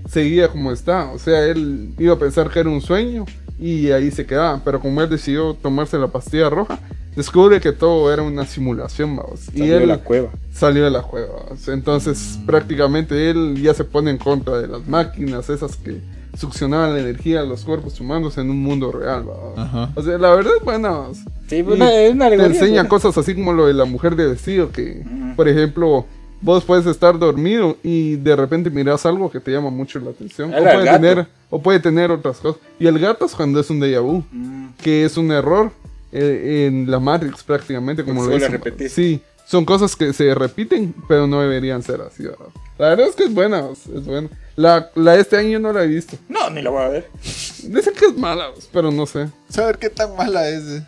S1: seguía como está. O sea, él iba a pensar que era un sueño y ahí se quedaba. Pero como él decidió tomarse la pastilla roja, descubre que todo era una simulación, vaos. Y
S4: Salió de
S1: él.
S4: la Mm. cueva.
S1: salió de la cueva. o sea, Entonces prácticamente él ya se pone en contra de las máquinas, esas que succionaban la energía a los cuerpos humanos en un mundo real. ¿va?
S2: Ajá.
S1: O sea, la verdad es buena. o sea,
S4: Sí, pues,
S1: y
S4: una- es una
S1: te
S4: alegoría,
S1: enseña
S4: pues. Mm.
S1: cosas así como lo de la mujer de vestido, que
S4: Ujú.
S1: por ejemplo... Vos puedes estar dormido y de repente miras algo que te llama mucho la atención.
S4: Era
S1: O puede,
S4: el gato.
S1: tener, o puede tener otras cosas. Y el gato es cuando es un déjà vu
S4: Mm.
S1: que es un error eh, en la Matrix prácticamente como
S4: Se
S1: lo
S4: vuelve a
S1: dicen.
S4: repetir.
S1: Sí, son cosas que se repiten, pero no deberían ser así. ¿verdad? La verdad es que es buena, vos, es buena. La, la de este año yo no la he visto.
S4: No, ni la voy a ver.
S1: Dicen que es mala, vos, pero no sé.
S2: Saber qué tan mala es. eh.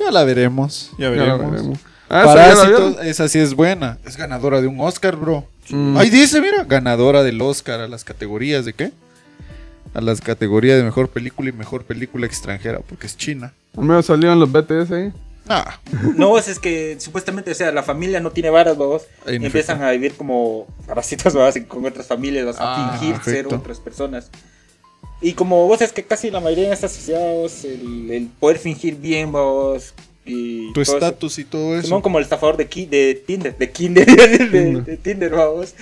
S2: Ya la veremos. Ya
S1: Ya la
S2: veremos.
S1: veremos. Ah, esa ya la vieron.
S2: Parásitos, esa sí es buena. Es ganadora de un Oscar, bro.
S1: Mm.
S2: Ahí dice, mira, ganadora del Oscar a las categorías de qué? A las categorías de mejor película y mejor película extranjera, porque es China.
S1: Al menos salieron los BTS ahí.
S2: Ah,
S4: No, es, es que supuestamente, o sea, la familia no tiene varas, babos.
S2: En
S4: Y empiezan a vivir como parásitos, babos, y con otras familias, vas a
S2: Ah,
S4: fingir
S2: perfecto.
S4: ser otras personas. Y como vos es que casi la mayoría de estas asociados, el, el poder fingir bien, babos, y
S2: tu
S4: todo eso.
S2: estatus y todo
S4: Simón
S2: eso.
S4: como el estafador de, Ki- de Tinder, de Kinder, de,
S1: Tinder.
S4: de Tinder, babos.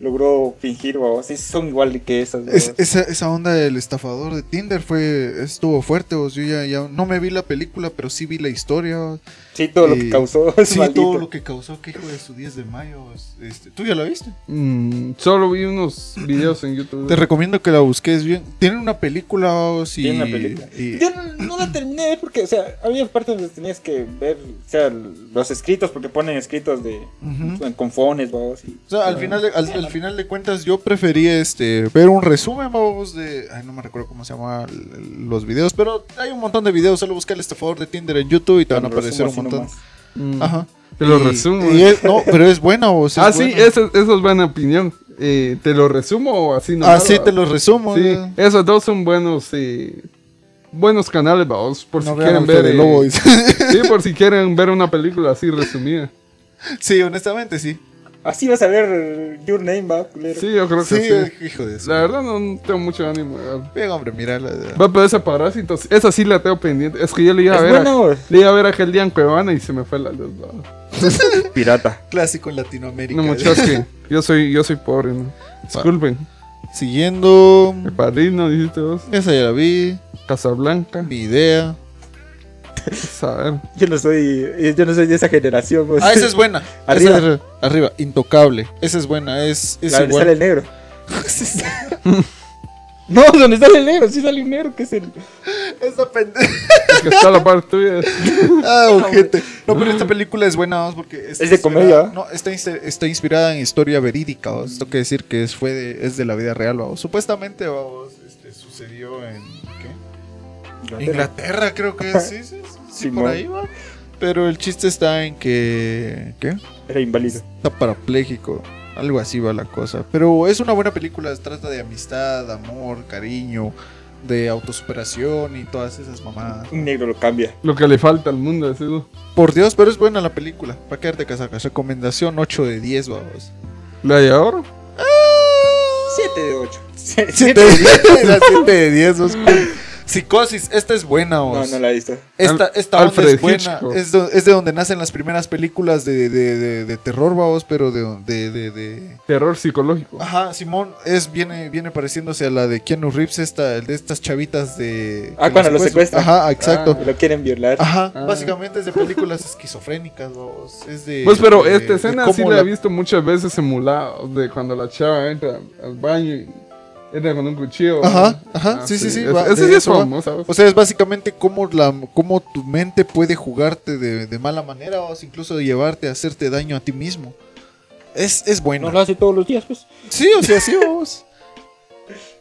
S4: Logró fingir, babos. Sí, son igual que esas, babos.
S2: Es- esa, esa onda del estafador de Tinder fue estuvo fuerte, vos. Yo ya, ya no me vi la película, pero sí vi la historia. vos.
S4: Sí, todo lo
S2: Y-
S4: que causó.
S2: Sí,
S4: maldito.
S2: todo lo que causó que hijo de su 10 de mayo. vos. Este, ¿Tú ya la viste?
S1: Mm, solo vi unos videos en YouTube.
S2: Te recomiendo que la busques bien. Tienen una película, vos, y,
S4: Tiene una película.
S2: y-
S4: Yo no, no la terminé de ver porque, o sea, había partes donde tenías que ver, o sea, los escritos, porque ponen escritos de.
S2: Ujú.
S4: con fones, babos. y-
S2: O sea, al final, de, al, al final de cuentas yo prefería este ver un resumen, vamos, de... Ay, no me recuerdo cómo se llama el- el- los videos, pero hay un montón de videos, solo busca el estafador de Tinder en YouTube y te van a
S4: con
S2: aparecer
S4: resumo
S2: un
S4: así
S2: montón.
S4: nomás.
S1: Mm,
S2: Ajá.
S1: Te lo
S2: Y-
S1: resumo.
S2: y es- no, pero es buena, vos.
S1: ah, sí, esa, esa es buena opinión. Eh, ¿Te lo resumo o así no?
S2: Así Ah, te lo resumo.
S1: Sí,
S2: eh.
S1: esos dos son buenos eh, buenos canales, vamos, por
S2: No
S1: si quieren
S2: vean a Fede
S1: ver. eh,
S2: Lobo, dice.
S1: sí, por si quieren ver una película así resumida.
S2: sí, honestamente, sí.
S4: Así vas a ver eh, Your Name, va, culero.
S1: Sí, yo creo que
S2: Sí,
S1: sí.
S2: eh, hijo de eso.
S1: La verdad no tengo mucho ánimo. de verla.
S2: Bien, hombre, mira. la- la-
S1: Va, pero esa parásitos, esa sí la tengo pendiente. Es que yo le iba a
S4: ¿Es
S1: ver.
S4: buena
S1: a,
S4: o-
S1: le iba a ver aquel día en Cuevana y se me fue la luz. vamos.
S4: Pirata.
S2: Clásico en Latinoamérica.
S1: No, muchachos, que yo soy, yo soy pobre, ¿no? Disculpen.
S2: Siguiendo...
S1: El padrino, dijiste vos.
S2: Esa ya la vi.
S1: Casablanca.
S2: Mi idea.
S1: Saber.
S4: Yo no soy. eh, Yo no soy de esa generación, babos.
S2: Ah, esa es buena.
S4: Pues Arriba.
S2: Esa es- arriba, intocable. Esa es buena, es, es
S4: La donde sale
S2: igual.
S4: el negro. no, donde sale el negro, sí sale el negro, que es el.
S2: Esa pendeja.
S1: Que está a la parte tuya.
S2: Ah, ojete. No, pero esta película es buena, vamos, porque está
S4: Es de
S2: inspirada-
S4: comedia.
S2: No, está, inse- está inspirada en historia verídica. vamos. Esto quiere decir que es, fue de, es de la vida real, vamos. Supuestamente, vamos, este, sucedió en ¿qué? Inglaterra, creo que es. Sí, sí, sí, sí, por
S4: Simón.
S2: ahí va. Pero el chiste está en que. ¿Qué?
S4: Era inválido.
S2: está parapléjico. Algo así va la cosa. Pero es una buena película. se Trata de amistad, amor, cariño, de autosuperación y todas esas mamadas.
S4: Un negro lo cambia.
S1: Lo que le falta al mundo, decirlo.
S2: Por Dios, pero es buena la película. Para quedarte casacas. Recomendación 8 de 10, vamos.
S1: La de ahora.
S4: 7 de 8.
S2: 7 de 10. la 7 de 10. vos. Psicosis, esta es buena,
S4: No,
S2: vos.
S4: no la he visto.
S2: Esta,
S1: Al-
S2: esta onda
S1: Alfred
S2: es buena.
S1: Hitchcock.
S2: Es do- es de, donde nacen las primeras películas de, de- de- de terror, vamos, pero de- de- de- de,
S1: Terror psicológico.
S2: Ajá, Simón es viene viene pareciéndose a la de Keanu Reeves esta el de estas chavitas de
S4: Ah,
S2: que
S4: cuando
S2: los
S4: lo
S2: secuestran.
S4: secuestran. Ah,
S2: Ajá, exacto.
S4: Lo quieren violar.
S2: Ajá,
S1: Ah.
S2: básicamente es de películas esquizofrénicas, vamos. eh, Es de este,
S1: Pues, pero
S2: de-
S1: esta
S2: de
S1: escena
S2: cómo
S1: sí la he visto muchas veces emulada. De cuando la chava entra al baño y entra con un cuchillo.
S2: Ajá,
S1: ¿no?
S2: ajá,
S1: Ah,
S2: sí, sí, sí.
S1: es-
S2: va-
S1: Esa
S2: de
S1: sí es
S2: eso va.
S1: famosa. ¿sabes?
S2: O sea, es básicamente cómo, la, cómo tu mente puede jugarte de, de mala manera, o incluso llevarte a hacerte daño a ti mismo. Es, es bueno.
S4: No lo hace todos los días, pues.
S2: Sí, o sea, sí, vamos.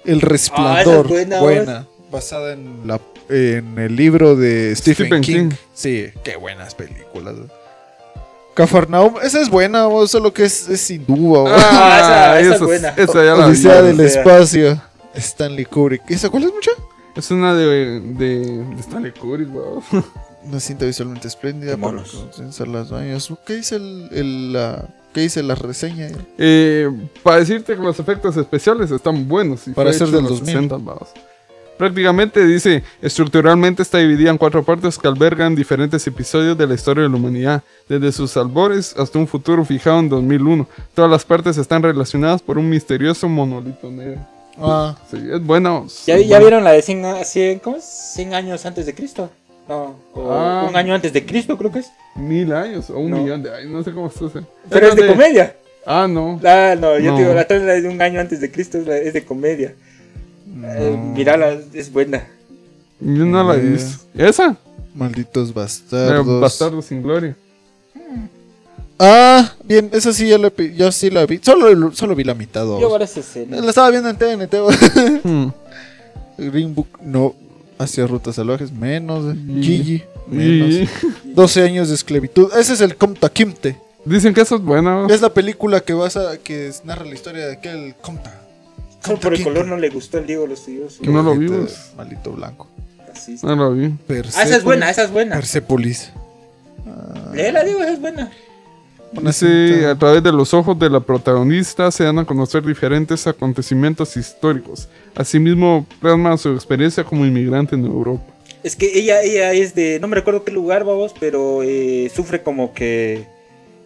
S2: El resplandor.
S4: Ah, esa es Ah, buena,
S2: buena. Basada en, la, en el libro de Stephen,
S1: Stephen
S2: King.
S1: King.
S2: Sí, qué buenas películas. ¿no? Cafarnaum, esa es buena, vos, solo que es, es hindú, vos.
S4: Ah, esa- esa es buena.
S1: esa ya la vi.
S2: Odisea
S4: Odisea.
S2: del espacio. Stanley Kubrick. ¿Esa cuál es mucha?
S1: Es una de, de, de Stanley Kubrick, weón.
S2: Una cinta visualmente espléndida.
S4: Qué monos.
S2: Para las bañas. ¿Qué dice el, el, la, ¿Qué dice la reseña?
S1: Eh, para decirte que los efectos especiales están buenos. y
S2: Para
S1: fue
S2: ser
S1: hecho en
S2: del
S1: los
S2: 2000.
S1: 60, vamos. Prácticamente dice, estructuralmente está dividida en cuatro partes que albergan diferentes episodios de la historia de la humanidad, desde sus albores hasta un futuro fijado en 2001. Todas las partes están relacionadas por un misterioso monolito negro.
S2: Ah,
S1: Sí, es bueno.
S4: ¿Ya, ya vieron la de 100, a- 100, ¿cómo es? 100 años antes de Cristo? No, o
S1: Ah.
S4: un año antes de Cristo, creo que es.
S1: Mil años o un
S4: No.
S1: millón de años, no sé cómo se hace.
S4: Pero es de
S1: donde-
S4: comedia.
S1: Ah, no.
S4: Ah, no, yo
S1: No.
S4: te digo, la otra es de un año antes de Cristo, es, la- es de comedia. Eh, mírala, es buena.
S1: Yo no la he
S2: Eh.
S1: visto. ¿Esa?
S2: malditos
S1: Eh,
S2: bastardos.
S1: Bastardos sin gloria.
S2: Ah, bien, esa sí ya la, pi- yo sí la vi. Solo, solo vi la mitad.
S4: Yo
S2: vamos.
S4: varias escenas.
S2: La estaba viendo en TNT. vamos.
S1: Hmm.
S2: Green Book no hacía rutas salvajes. Menos.
S4: Mm.
S1: Y-
S2: Gigi.
S1: Y
S2: Menos. 12 años de esclavitud. Ese es el Comta Quimte.
S1: dicen que eso es
S4: Ah.
S1: bueno.
S2: Es la película que vas a, que narra la historia de aquel Comta.
S4: Solo por el color no le gustó el Diego los suyos.
S1: No lo
S2: Maldito-
S1: vimos.
S2: Maldito blanco.
S4: Racista.
S1: No lo vi.
S4: Ah, esa es buena, esa es buena.
S2: Persepolis.
S4: Léela, Diego, esa es buena.
S1: Dice, a través de los ojos de la protagonista se dan a conocer diferentes acontecimientos históricos. Asimismo, plasma su experiencia como inmigrante en Europa.
S4: Es que ella, ella es de, no me recuerdo qué lugar, babos, pero eh, sufre como que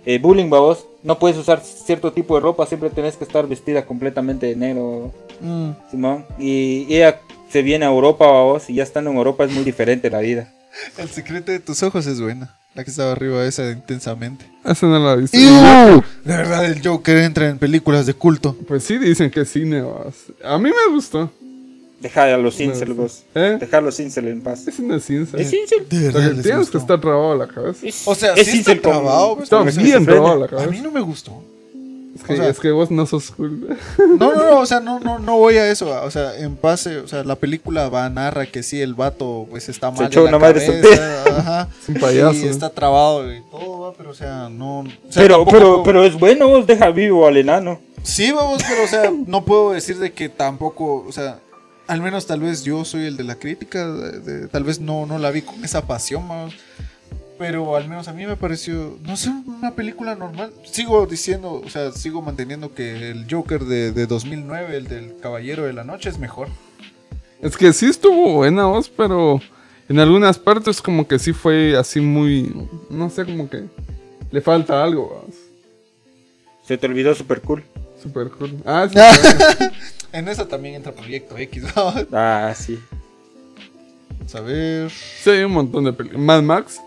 S4: eh, bullying, babos. No puedes usar cierto tipo de ropa, siempre tenés que estar vestida completamente de negro,
S2: Mm.
S4: Simón. Y ella se viene a Europa, babos, y ya estando en Europa es muy diferente la vida.
S2: El secreto de tus ojos es buena. La que estaba arriba esa de intensamente.
S1: Esa no la he visto.
S2: De verdad, el Joker entra en películas de culto.
S1: Pues sí, dicen que es cine. vas. A mí me gustó.
S4: Dejar a los incel, vos.
S1: ¿Eh?
S4: Dejar a los incel en paz.
S1: Es una ciencia.
S4: Es incel.
S2: De
S1: Lo
S2: verdad,
S1: que
S2: les
S1: tienes que
S2: gustó.
S1: estar trabado la cabeza.
S2: O sea,
S4: Es
S2: sí está
S4: incel con-
S2: trabado. pues,
S1: Está
S2: pero sí
S1: bien
S2: se-
S1: trabado la
S2: A
S1: cabeza.
S2: mí no me gustó.
S1: Es que,
S2: o sea-
S1: es que vos no sos cool.
S2: No, no, no, o sea, no, no, no voy a eso. O sea, en pase, o sea, la película va narra que sí, el vato pues está mal.
S4: echó
S2: de la
S4: una madre
S2: cabeza, Ajá.
S1: Es un payaso.
S2: Sí, está trabado y todo, va, pero o sea, no. o sea,
S4: Pero,
S2: tampoco
S4: pero,
S2: puedo-
S4: pero es bueno, vos deja vivo al enano.
S2: Sí, vamos, pero o sea, no puedo decir de que tampoco, o sea, al menos tal vez yo soy el de la crítica, de- de- tal vez no, no la vi con esa pasión, vamos. Pero al menos a mí me pareció, no sé, una película normal. Sigo diciendo, o sea, sigo manteniendo que el Joker de, de 2009, el del Caballero de la Noche, es mejor.
S1: Es que sí estuvo buena voz, pero en algunas partes como que sí fue así muy... No sé, como que le falta algo. vas.
S4: Se te olvidó super cool.
S1: Super cool. Ah, sí.
S2: En esa también entra Proyecto X, vamos
S4: Ah, sí.
S2: a ver.
S1: sí, hay un montón de películas. Mad Max.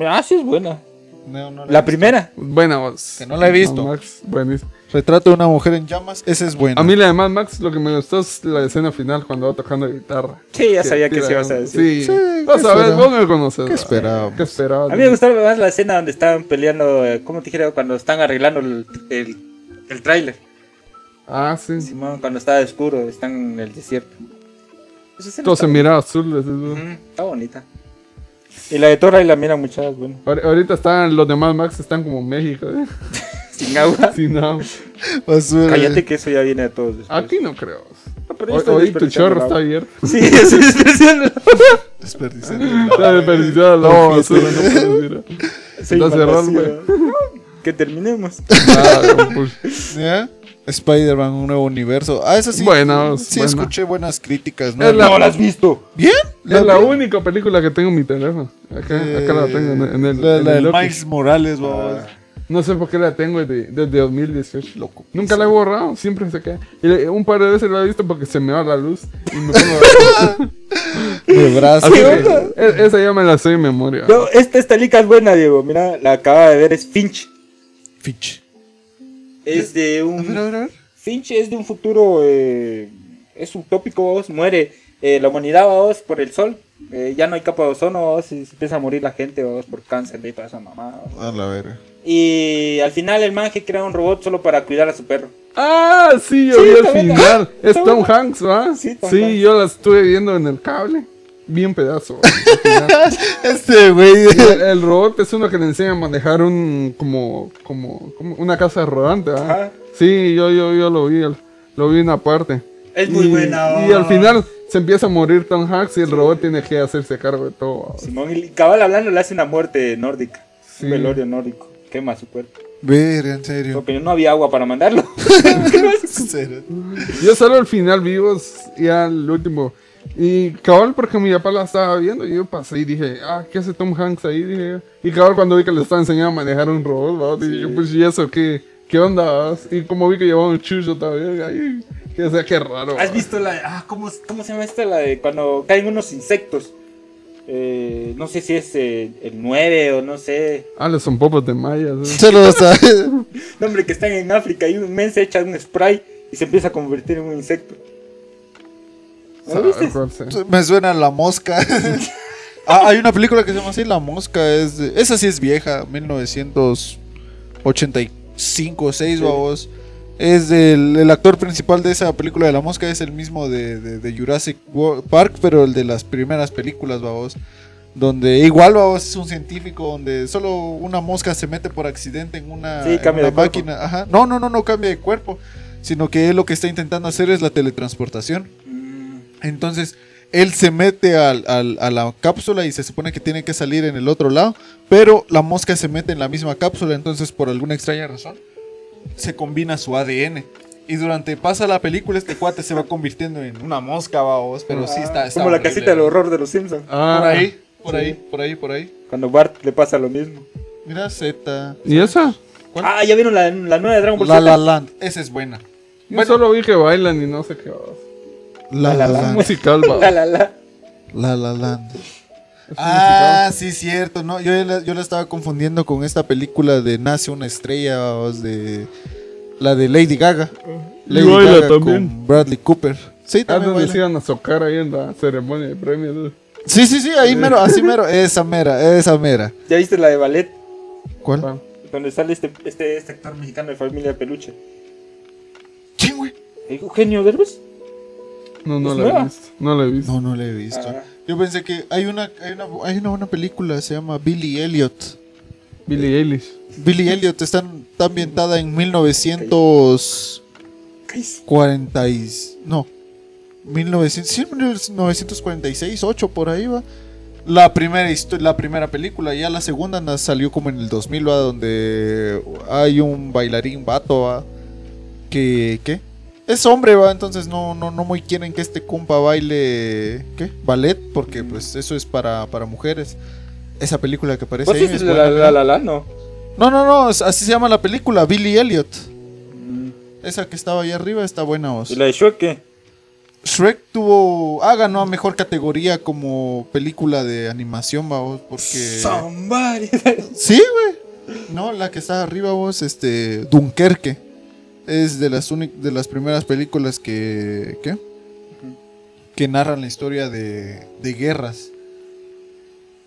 S4: Ah, sí es buena.
S2: No, no
S4: La primera.
S1: Buena voz.
S2: Que no la he visto.
S1: Mad Max, buenísimo.
S2: Retrato de una mujer en llamas, esa es buena.
S1: A mí la de Mad Max lo que me gustó es la escena final cuando va tocando guitarra.
S4: Sí, ya sabía que sí ibas a decir.
S1: Sí.
S2: Sí, ¿qué
S1: Vos sabés,
S2: esperaba?
S1: vos me conoces.
S2: ¿Qué esperábamos?
S1: ¿Qué esperabas?
S4: A mí me gustaba más la escena donde estaban peleando, eh, ¿cómo te dijera? Cuando están arreglando el, el, el tráiler.
S1: Ah, sí.
S4: Simón, cuando está oscuro, están en el desierto. Esa escena
S1: Todo se miraba azul. así, ¿no?
S4: Ujú, está bonita. Y la de Torra y la mira muchachas, bueno.
S1: Ahor- Ahorita están los demás Max están como en México, ¿eh?
S4: Sin agua.
S1: Sí, no.
S2: Basura.
S4: Cállate que eso ya viene de todos después.
S1: Aquí no creo.
S4: No, pero ya
S1: Hoy,
S4: estoy
S1: hoy tu
S4: desperdiciando
S1: chorro
S4: el
S1: está
S4: agua.
S1: abierto.
S4: Sí, estoy desperdiciando.
S2: Desperdiciando.
S1: Está desperdiciado la agua basura, no puedes ir.
S4: Soy
S1: Lo cerró el
S4: fantasía. Que terminemos.
S1: Ah, pues,
S2: ¿Ya? Spider-Man, un nuevo universo. Ah, eso sí.
S1: Buenas,
S2: sí,
S1: buena.
S2: escuché buenas críticas, ¿no?
S1: Es la-
S4: No la has visto.
S2: ¿Bien?
S1: Es la
S2: vi.
S1: única película que tengo en mi teléfono. Acá,
S2: Eh,
S1: acá la tengo en, en el.
S2: La,
S1: en
S2: la
S1: el
S2: del
S1: Loki. Ah,
S2: Miles Morales, vamos.
S1: No sé por qué la tengo desde, desde 2018.
S2: Loco.
S1: Nunca la he borrado, siempre se queda. Y le- un par de veces la he visto porque se me va la luz y me pongo a-
S2: De brazo.
S1: Así que,
S2: güey.
S1: e- esa ya me la sé de memoria.
S4: No, esta estalica es buena, Diego. Mira, la acaba de ver, es Finch.
S2: Fitch.
S4: Es de
S2: A
S4: un
S2: ver, a ver, a ver.
S4: Finch es de un futuro, eh, es utópico, vamos, muere eh, la humanidad, vamos, por el sol. Eh, ya no hay capa de ozono, vamos, y se empieza a morir la gente, vamos, por cáncer y toda esa mamada. vamos.
S2: A la verga.
S4: Y al final el man que crea un robot solo para cuidar a su perro.
S1: Ah, sí, yo
S4: Sí,
S1: vi el
S4: está buena.
S1: final.
S4: Ah,
S1: Es
S4: está
S1: Tom
S4: buena.
S1: Hanks, ¿va?
S4: Sí,
S1: Sí,
S4: Tom Hanks.
S1: yo la estuve viendo en el cable. Bien pedazo. el final.
S2: Este, güey.
S1: El, el robot es uno que le enseña a manejar un como como, como una casa rodante, ¿va?
S4: Ajá.
S1: Sí, yo yo yo lo vi, lo vi en una parte.
S4: Es muy
S1: Y-
S4: buena.
S1: Y al
S4: vos.
S1: final se empieza a morir Tom Hanks y el robot tiene que hacerse cargo de todo.
S4: Simón, y cabal hablando le hace una muerte nórdica.
S1: Sí.
S4: Un velorio nórdico. Quema su cuerpo.
S2: Verga, en serio.
S4: Porque no había agua para mandarlo.
S2: Cero.
S1: Yo solo al final vivos y al último. Y cabal, porque mi papá la estaba viendo, y yo pasé y dije, ah, ¿qué hace Tom Hanks ahí? Dije yo. Y cabal, cuando vi que le estaba enseñando a manejar un robot, ¿va? dije yo, pues, ¿y eso qué? ¿Qué onda? vas?" Y como vi que llevaba un chucho también, ahí, que o sea, qué raro.
S4: ¿Has
S1: vas.
S4: visto la de- ah, ¿cómo, cómo se llama esta? La de cuando caen unos insectos. Eh, no sé si es eh, el 9 o no sé.
S1: Ah, los son popos de mayas. ¿eh?
S2: Se lo sabes.
S4: No, hombre, que están en África y un men se echa un spray y se empieza a convertir en un insecto. ¿No lo
S1: Sabe
S4: viste?
S1: cuál sea.
S2: Me suena la mosca. Ah, hay una película que se llama así La Mosca. Es de- Esa sí es vieja, 1900. 85 o 6, babos. Es del el actor principal de esa película de la mosca, es el mismo de, de- de Jurassic Wo- Park, pero el de las primeras películas, babos. Donde igual, babos, es un científico donde solo una mosca se mete por accidente en una,
S4: Sí,
S2: en
S4: cambia
S2: una
S4: de cuerpo.
S2: máquina. Ajá. No, no, no, no cambia de cuerpo. Sino que él lo que está intentando hacer es la teletransportación. Mm. Entonces, él se mete al- al- a la cápsula y se supone que tiene que salir en el otro lado, pero la mosca se mete en la misma cápsula, entonces por alguna extraña razón se combina su ADN. Y durante pasa la película este cuate se va convirtiendo en una mosca, babos, pero Pues sí está, está
S4: Como la
S2: horrible,
S4: casita del
S2: ¿no?
S4: horror de los Simpsons.
S1: Ah,
S2: Por ahí, por ahí, por ahí, por ahí.
S4: Cuando Bart le pasa lo mismo.
S2: Mira Z.
S1: ¿Y esa?
S2: ¿Cuál?
S4: Ah, ya vieron la, la nueva de Dragon Ball
S2: La
S4: Z?
S2: La Land, esa es buena.
S1: Yo
S2: Bueno.
S1: solo vi que bailan y no sé qué.
S2: La La Land.
S1: Musical,
S4: La,
S1: va.
S4: la, la.
S2: La La Land. Ah, sí, cierto. No, yo la, yo la estaba confundiendo con esta película de Nace una estrella, babos, de la de Lady Gaga. Lady
S1: Eh. baila
S2: Gaga
S1: también.
S2: con Bradley Cooper. Sí,
S1: Ah,
S2: también
S1: donde
S2: baila.
S1: se iban a socar ahí en la ceremonia de premios.
S2: Sí, sí, sí, ahí mero, así mero. Esa mera, esa mera.
S4: ¿Ya viste la de ballet?
S2: ¿Cuál?
S4: Donde sale este, este, este actor mexicano de familia peluche.
S2: ¿Quién, güey?
S4: Eugenio Derbez.
S1: No, no
S4: ¿Es
S1: la he
S4: nueva?
S1: visto. No la he visto.
S2: No, no la he visto.
S4: Ah.
S2: Yo pensé que hay una, hay una, hay una buena película, se llama Billy Elliot.
S1: Billy Eilish.
S2: Billy Elliot está, está ambientada en 1900.
S4: ¿Qué hizo?
S2: 40 y- no 1900, sí, 1946 8 por ahí va la primera histo- la primera película ya la segunda na- salió como en el 2000 va donde hay un bailarín vato va que qué es hombre va entonces no no no muy quieren que este compa baile qué ballet porque pues eso es para para mujeres esa película que aparece
S4: ¿Vos
S2: ahí
S4: viste
S2: es
S4: Pues la,
S2: buena,
S4: la, la,
S2: ¿no?
S4: la,
S2: no
S4: No.
S2: no no es- así se llama la película Billy Elliot esa que estaba ahí arriba está buena voz
S4: ¿Y la de Shrek qué?
S2: Shrek tuvo. Ah, ganó a mejor categoría como película de animación, vamos, porque.
S4: Somebody.
S2: Sí, güey. No, la que está arriba, vos, este. Dunkerque. Es de las, únic- de las primeras películas que. ¿Qué? Que narran la historia de, de guerras.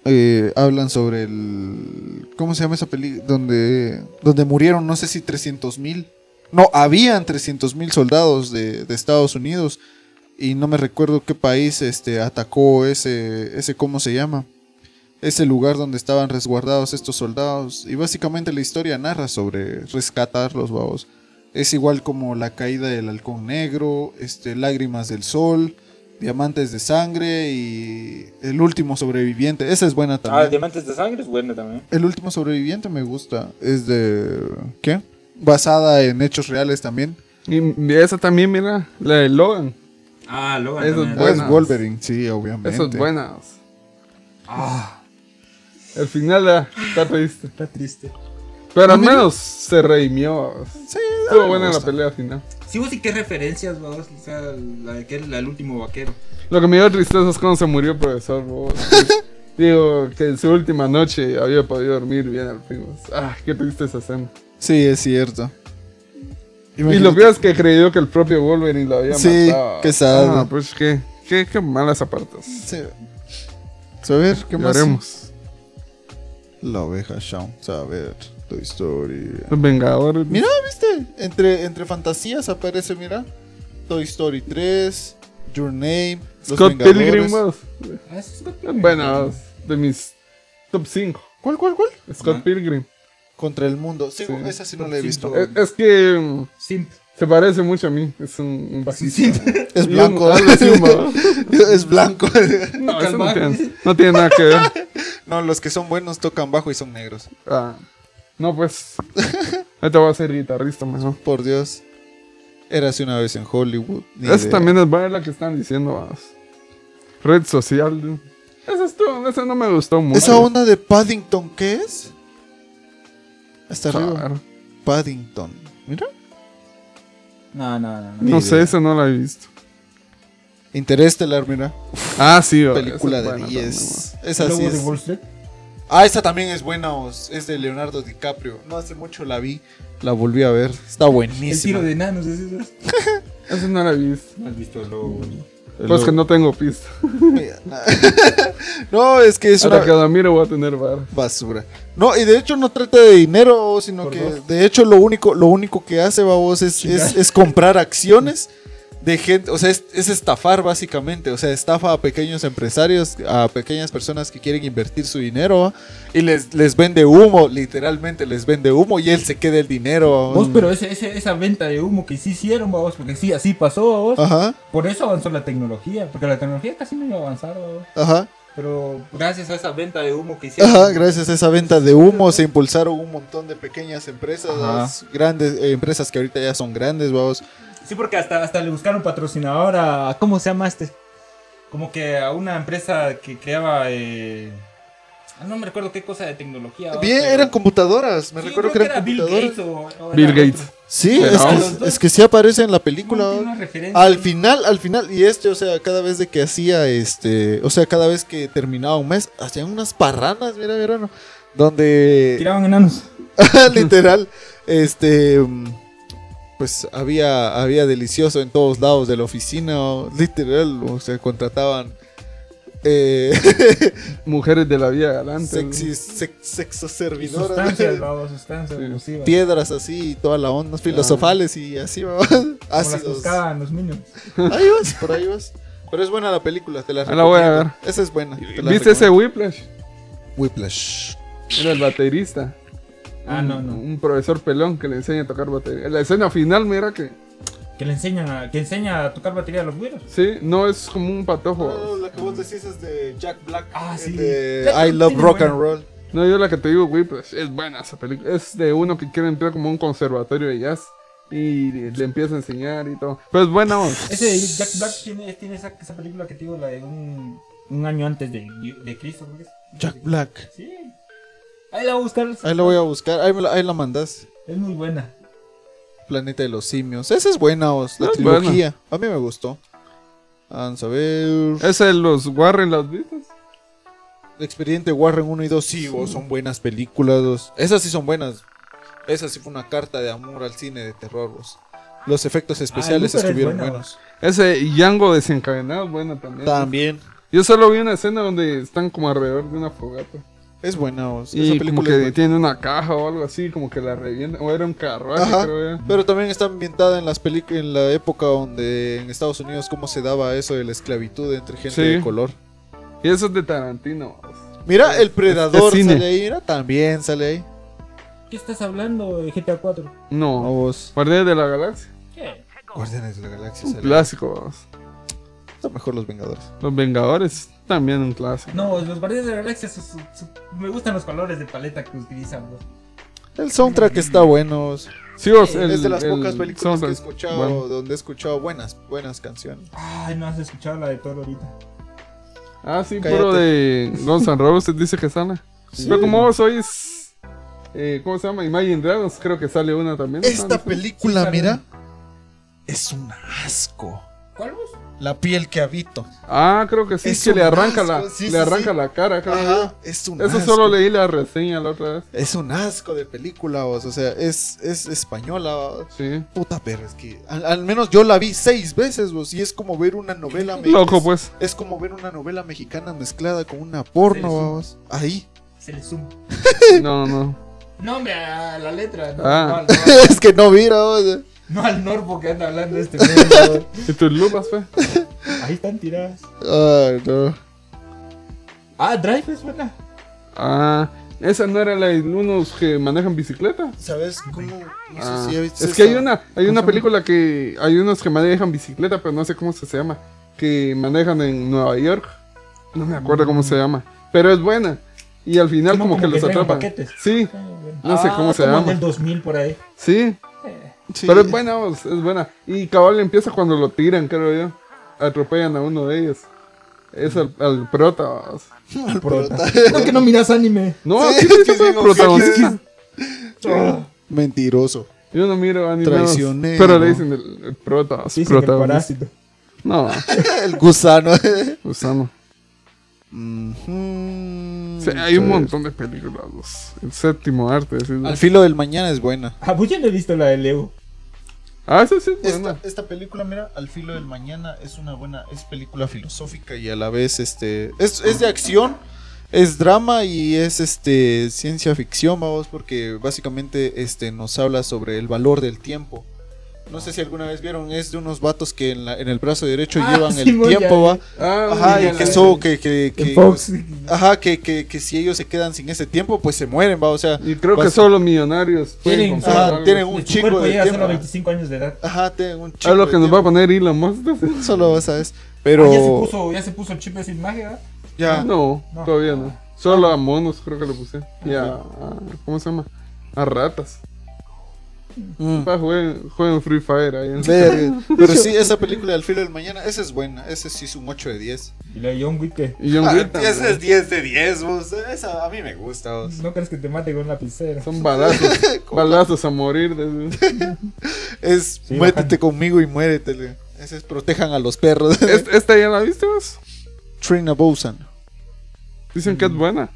S2: Eh, hablan sobre el. ¿Cómo se llama esa película? Donde, donde murieron, no sé si 300 mil. No, habían 300 mil soldados de, de Estados Unidos. Y no me recuerdo qué país este, atacó ese, ese. ¿Cómo se llama? es el lugar donde estaban resguardados estos soldados y básicamente la historia narra sobre rescatar los babos. Es igual como la caída del halcón negro, este, lágrimas del sol, diamantes de sangre y el último sobreviviente. Esa es buena
S4: Ah,
S2: también.
S4: Diamantes de Sangre es buena también.
S2: el último sobreviviente me gusta. Es de... ¿Qué? Basada en hechos reales también.
S1: Y esa también, mira, la de Logan.
S4: Ah, luego.
S1: Eso es
S2: Ah,
S1: buena.
S2: Es Wolverine, sí, obviamente.
S1: Esas buenas. Ah. El final ah, está triste.
S3: Está triste.
S1: Pero al menos se redimió.
S2: Sí,
S1: Estuvo
S2: me
S1: buena la
S2: gusta.
S1: pelea final.
S3: Sí, vos y qué referencias, vos. O sea, la de aquel, la del último vaquero.
S1: Lo que me dio tristeza es cuando se murió el profesor. bo. Digo, que en su última noche había podido dormir bien al fin. Ah, qué triste esa escena.
S2: Sí, es cierto.
S1: Y lo peor es que creyó que el propio Wolverine lo había
S2: Sí,
S1: matado.
S2: qué sad.
S1: Ah, pues qué, qué, qué malas apartas.
S2: Sí. Pues A ver, ¿qué más?
S1: Lloremos.
S2: La oveja Shaun, saber tu historia.
S1: Los Vengadores.
S2: Mira, viste, entre, entre fantasías aparece, mira. Toy Story 3, Your Name, Los
S1: Scott
S2: Vengadores.
S1: Pilgrim. bo.
S3: Ah, eso es Scott Pilgrim.
S1: Bueno, de mis top 5.
S2: ¿Cuál, cuál, cuál?
S1: Scott Pilgrim.
S2: Contra el mundo. Sí,
S1: Sí.
S2: esa sí no la he visto.
S1: Es, es que mm,
S3: Simp.
S1: se parece mucho a mí. Es un, un bajista.
S3: Simp.
S2: Es
S1: Y un-
S2: blanco.
S1: algo así, ¿no?
S2: es blanco.
S1: No, eso no,
S3: Calmar.
S1: tiene, no tiene nada que ver.
S2: no, los que son buenos tocan bajo y son negros.
S1: Ah, no, pues. Ahorita voy a ser guitarrista mejor.
S2: Por Dios. Érase una vez en Hollywood. ni
S1: Esa
S2: idea.
S1: también es buena la que están diciendo. vamos. Red social. dude. Esa estuvo, esa no me gustó mucho.
S2: ¿Esa onda de Paddington qué es? Hasta arriba.
S1: Claro.
S2: Paddington. Mira.
S4: No, no, no.
S1: No
S2: Ni
S1: sé,
S2: idea.
S1: esa no la he visto.
S2: Interestelar, mira.
S1: Ah, sí, va, esa
S2: película
S1: es
S2: de
S1: buena
S2: 10.
S3: Es
S2: Esa
S3: así.
S2: sí
S3: de
S2: es.
S3: Wall Street.
S2: Ah, esta también es buena, os- es de Leonardo DiCaprio. No hace mucho la vi, la volví a ver. Está
S3: El tiro
S2: buenísima.
S3: de enanos, ¿es eso?
S1: también, va. Esa no la he visto.
S3: No has visto el lobo.
S1: Pues que no tengo pista.
S2: No, es que es
S1: Hasta
S2: una
S1: que Adamiro voy a tener vara.
S2: basura. No, y de hecho no trata de dinero, sino
S1: Por
S2: que
S1: dos.
S2: de hecho lo único, lo único que hace babos es, es, es comprar acciones de gente, o sea, es, es estafar básicamente, o sea, estafa a pequeños empresarios, a pequeñas personas que quieren invertir su dinero ¿va? y les, les vende humo, literalmente les vende humo y él se queda el dinero.
S4: Vos,
S2: ¿va?
S4: pero ese, ese- esa venta de humo que sí hicieron, vos, porque sí, así pasó, vos.
S2: Ajá,
S4: Por eso avanzó la tecnología, porque la tecnología casi no iba a avanzar, vos.
S2: ajá.
S4: Pero gracias a esa venta de humo que hicieron.
S2: Ajá, gracias a esa venta de humo se impulsaron un montón de pequeñas empresas,
S4: Ajá.
S2: las grandes eh, empresas que ahorita ya son grandes, vamos.
S4: Sí, porque hasta, hasta le buscaron patrocinador a. ¿Cómo se llama este? Como que a una empresa que creaba. Eh... ah, No me recuerdo qué cosa de tecnología. ¿va?
S2: Bien,
S4: Pero-
S2: eran computadoras, me
S4: Sí,
S2: recuerdo que
S4: creo
S2: eran
S4: Bill
S2: computadoras.
S4: Gates o- o
S1: Bill
S4: era
S1: Gates.
S4: otro.
S2: Sí,
S1: Pero
S2: es
S4: los
S2: que,
S4: dos.
S2: es que sí aparece en la película.
S4: No,
S2: ¿va?
S4: tiene una referencia.
S2: Al final, al final, y este, o sea, cada vez de que hacía este, o sea, cada vez que terminaba un mes, hacían unas parranas, mira, mira, no, donde
S4: Tiraban enanos.
S2: literal, este, mm, pues había, había delicioso en todos lados de la oficina, ¿va? literal, o sea, contrataban eh,
S1: Mujeres de la vida galante.
S2: sexy, sex- sexo
S4: Y
S2: servidoras,
S4: sustancias, vamos, sustancias
S1: Sí.
S4: nocivas.
S2: piedras así y toda la onda, filosofales y así, ¿va?
S4: Ah. Como las
S2: ácidos.
S4: buscaban los niños.
S2: Ahí vas, por ahí vas. Pero es buena la película, te la
S1: Ah, la voy a
S2: recomiendo. Esa es buena. te la
S1: ¿Viste ese
S2: recomiendo.
S1: Whiplash?
S2: Whiplash?
S1: Era el baterista.
S4: Ah,
S1: Un-
S4: no, no.
S1: Un profesor pelón que le enseña a tocar batería. La escena final, mira que.
S4: Que le enseñan a, que enseña a tocar batería a los güeros.
S1: Sí, no es como un patojo.
S2: la que vos decís es de Jack Black.
S4: Oh. Ah,
S2: el
S4: sí.
S2: de
S4: Jack Black
S2: I Love
S4: tiene
S2: Rock
S4: buena.
S2: and Roll.
S1: No, yo la que te digo, Whiplash. Es buena esa película. Es de uno que quiere entrar como a un conservatorio de jazz. Y le empieza a enseñar y todo. Pero es buena. onda.
S4: Ese de Jack Black tiene, tiene esa, esa película que te digo, la de un, un año antes de, de Cristo, creo que es.
S2: Jack Black.
S4: Sí. Ahí la voy a buscar.
S2: Ahí la voy a buscar. Ahí, me la, ahí la mandás.
S4: Es muy buena.
S2: Planeta de los simios. Esa es buena, os. La
S1: Es buena.
S2: trilogía. A mí me gustó. Vamos a ver.
S1: Esa de los Warren, ¿las viste?
S2: Expediente Warren 1 y 2. Sí, vos, son buenas películas. vos. Esas sí son buenas. Esa sí fue una carta de amor al cine de terror. vos. Los
S1: Ah,
S2: efectos especiales
S4: Looper es
S2: estuvieron
S4: buena,
S2: buenos.
S1: Ese Django desencadenado, buena también.
S2: También.
S1: Yo solo vi una escena donde están como alrededor de una fogata.
S2: Es buena, o sea,
S1: Y
S2: esa
S1: como
S2: película
S1: que
S2: es buena.
S1: tiene una caja o algo así, como que la revienta. O era un carruaje,
S2: Ajá,
S1: creo. ya.
S2: eh. pero también está ambientada en las pelic- en la época donde en Estados Unidos cómo se daba eso de la esclavitud entre gente
S1: Sí.
S2: de color.
S1: Y eso es de Tarantino. pues.
S2: Mira, el predador
S1: cine.
S2: sale ahí, mira, también sale ahí.
S4: ¿Qué estás hablando de GTA 4?
S1: No.
S2: No, vos,
S1: Guardianes de la Galaxia.
S4: ¿Qué?
S2: Guardianes de la Galaxia
S1: Un
S2: sale. ahí.
S1: clásico. vamos.
S2: Está mejor los Vengadores.
S1: Los Vengadores, también un clásico.
S4: No, los Guardianes de la Galaxia su- su- su- me gustan los colores de paleta que utilizan. bro.
S2: El soundtrack está bueno. oh, o sea,
S1: Sí, o sea, el-
S2: es de las
S1: el
S2: pocas películas que he
S1: soundtrack,
S2: escuchado
S1: bueno.
S2: donde he escuchado buenas, buenas canciones.
S4: Ay, no has escuchado la de Thor ahorita.
S1: Ah, sí,
S2: Cállate.
S1: puro de Guns N' Roses dice que sale. Pero como vos sois. eh, ¿Cómo se llama? Imagine Dragons, creo que sale una también.
S2: Esta
S1: película
S2: película,
S4: sale.
S2: mira, es un asco.
S4: ¿Cuál vos?
S2: La piel que habito.
S1: Ah, creo que sí,
S2: Es
S1: que le
S2: un
S1: arranca,
S2: asco,
S1: la,
S2: sí,
S1: le
S2: sí,
S1: arranca
S2: sí.
S1: la cara, creo.
S2: Ajá, es un
S1: Eso
S2: asco.
S1: solo leí la reseña la otra vez.
S2: Es un asco de película, vos, O sea, es, es española. vos.
S1: Sí.
S2: Puta perra, es que al, al menos yo la vi seis veces, vos. Y es como ver una novela mex-
S1: Loco, pues.
S2: Es como ver una novela mexicana mezclada con una porno,
S4: Sí, sí.
S2: vos. Ahí.
S4: Se le suma.
S1: No, no.
S4: No, hombre, a la letra. No,
S1: Ah.
S4: no, al-
S2: es que no mira, vos.
S4: no al Norbo que anda hablando este mundo.
S1: ¿Y tus lupas, fe?
S4: Ahí están tiradas.
S2: Ay, no.
S4: Ah, Drive es buena.
S1: Ah, esa no era la de unos que manejan bicicleta.
S2: ¿Sabes cómo? No
S1: Ah,
S2: sé si ya viste
S1: es que hay
S2: esa.
S1: una, hay una película que hay unos que manejan bicicleta, pero no sé cómo se se llama, que manejan en Nueva York. No me acuerdo cómo se llama, pero es buena. Y al final
S4: Sí, no,
S1: como,
S4: como
S1: que
S4: que
S1: los
S4: traen
S1: atrapan.
S4: paquetes.
S1: Sí, no sé
S4: Ah,
S1: cómo se
S4: como
S1: llama.
S4: del 2000 por ahí.
S1: Sí,
S4: Eh,
S2: Sí.
S1: pero es buena, vos, es buena. Y cabal empieza cuando lo tiran, creo yo. Atropellan a uno de ellos. Es al, al prota. vos.
S4: ¿Por qué no miras anime?
S1: No,
S2: Sí,
S1: sí, sí,
S2: sí,
S1: sí,
S2: sí, como
S1: protagonista.
S2: Mentiroso.
S1: Yo no miro animados.
S2: Traicionero.
S1: Pero le dicen el, el prota.
S4: Sí, sí, el
S1: protagonista.
S4: parásito.
S1: No, pues
S2: El gusano.
S1: Gusano.
S2: Ujú.
S1: Sí, hay un montón de películas. los- el séptimo arte. sí,
S2: Al filo del mañana es buena.
S4: Ah, pues yo no he visto la de Leo.
S1: Ah, esa sí, es
S2: Esta,
S1: buena.
S2: esta película, mira, Al filo del mañana es una buena, es película filosófica y a la vez, este, es, es de acción, es drama y es, este, ciencia ficción, vamos, porque básicamente, este, nos habla sobre el valor del tiempo. No sé si alguna vez vieron, es de unos vatos que en, la- en el brazo derecho
S3: Ah,
S2: llevan
S3: sí,
S2: el
S3: voy a
S2: tiempo,
S3: ver.
S2: va.
S1: Ah,
S2: Ajá,
S1: ya
S2: y
S1: la
S2: que
S1: vi.
S2: eso, que, que, que- pues,
S3: En Fox.
S2: ajá, que, que, que si ellos se quedan sin ese tiempo, pues se mueren, va, o sea,
S1: Y creo que
S2: vas-
S1: solo los millonarios pueden
S3: Tienen-
S1: comprar
S2: ajá,
S1: algo.
S2: pues- tienen un
S3: Tu
S2: chico
S3: cuerpo
S2: de
S3: llega solo a
S2: tiempo.
S3: 25 años de edad.
S2: Ajá, tienen un chico
S1: Es Ah, lo que
S2: de
S1: nos va a
S2: tiempo.
S1: poner Elon Musk.
S2: Solo sabes,
S3: Ah, ya, se
S2: pero
S3: puso, ya se puso el chip de sin magia. ¿verdad?
S2: ya,
S1: No,
S3: No.
S1: todavía no. Solo a monos creo que le puse. Y a, a- ¿Cómo se llama? A ratas.
S2: Mm.
S1: Pa, jueguen, jueguen Free Fire ahí. en-
S2: Verga. Pero sí, esa película del filo del mañana, esa es buena, ese sí es un 8 de 10.
S3: Y la de John Wick que
S1: Y John
S2: Ah,
S1: Wick también.
S2: esa es 10 de 10, vos. Esa a mí me gusta, vos.
S3: no crees que te mate con un lapicero.
S1: Son balazos. balazos a morir. desde-
S2: Es
S3: Sí,
S2: métete conmigo y muéretele. Ese es protejan a los perros.
S1: ¿Es- ¿Esta ya la viste vos?
S2: Trina Bowsan.
S1: Dicen que es buena.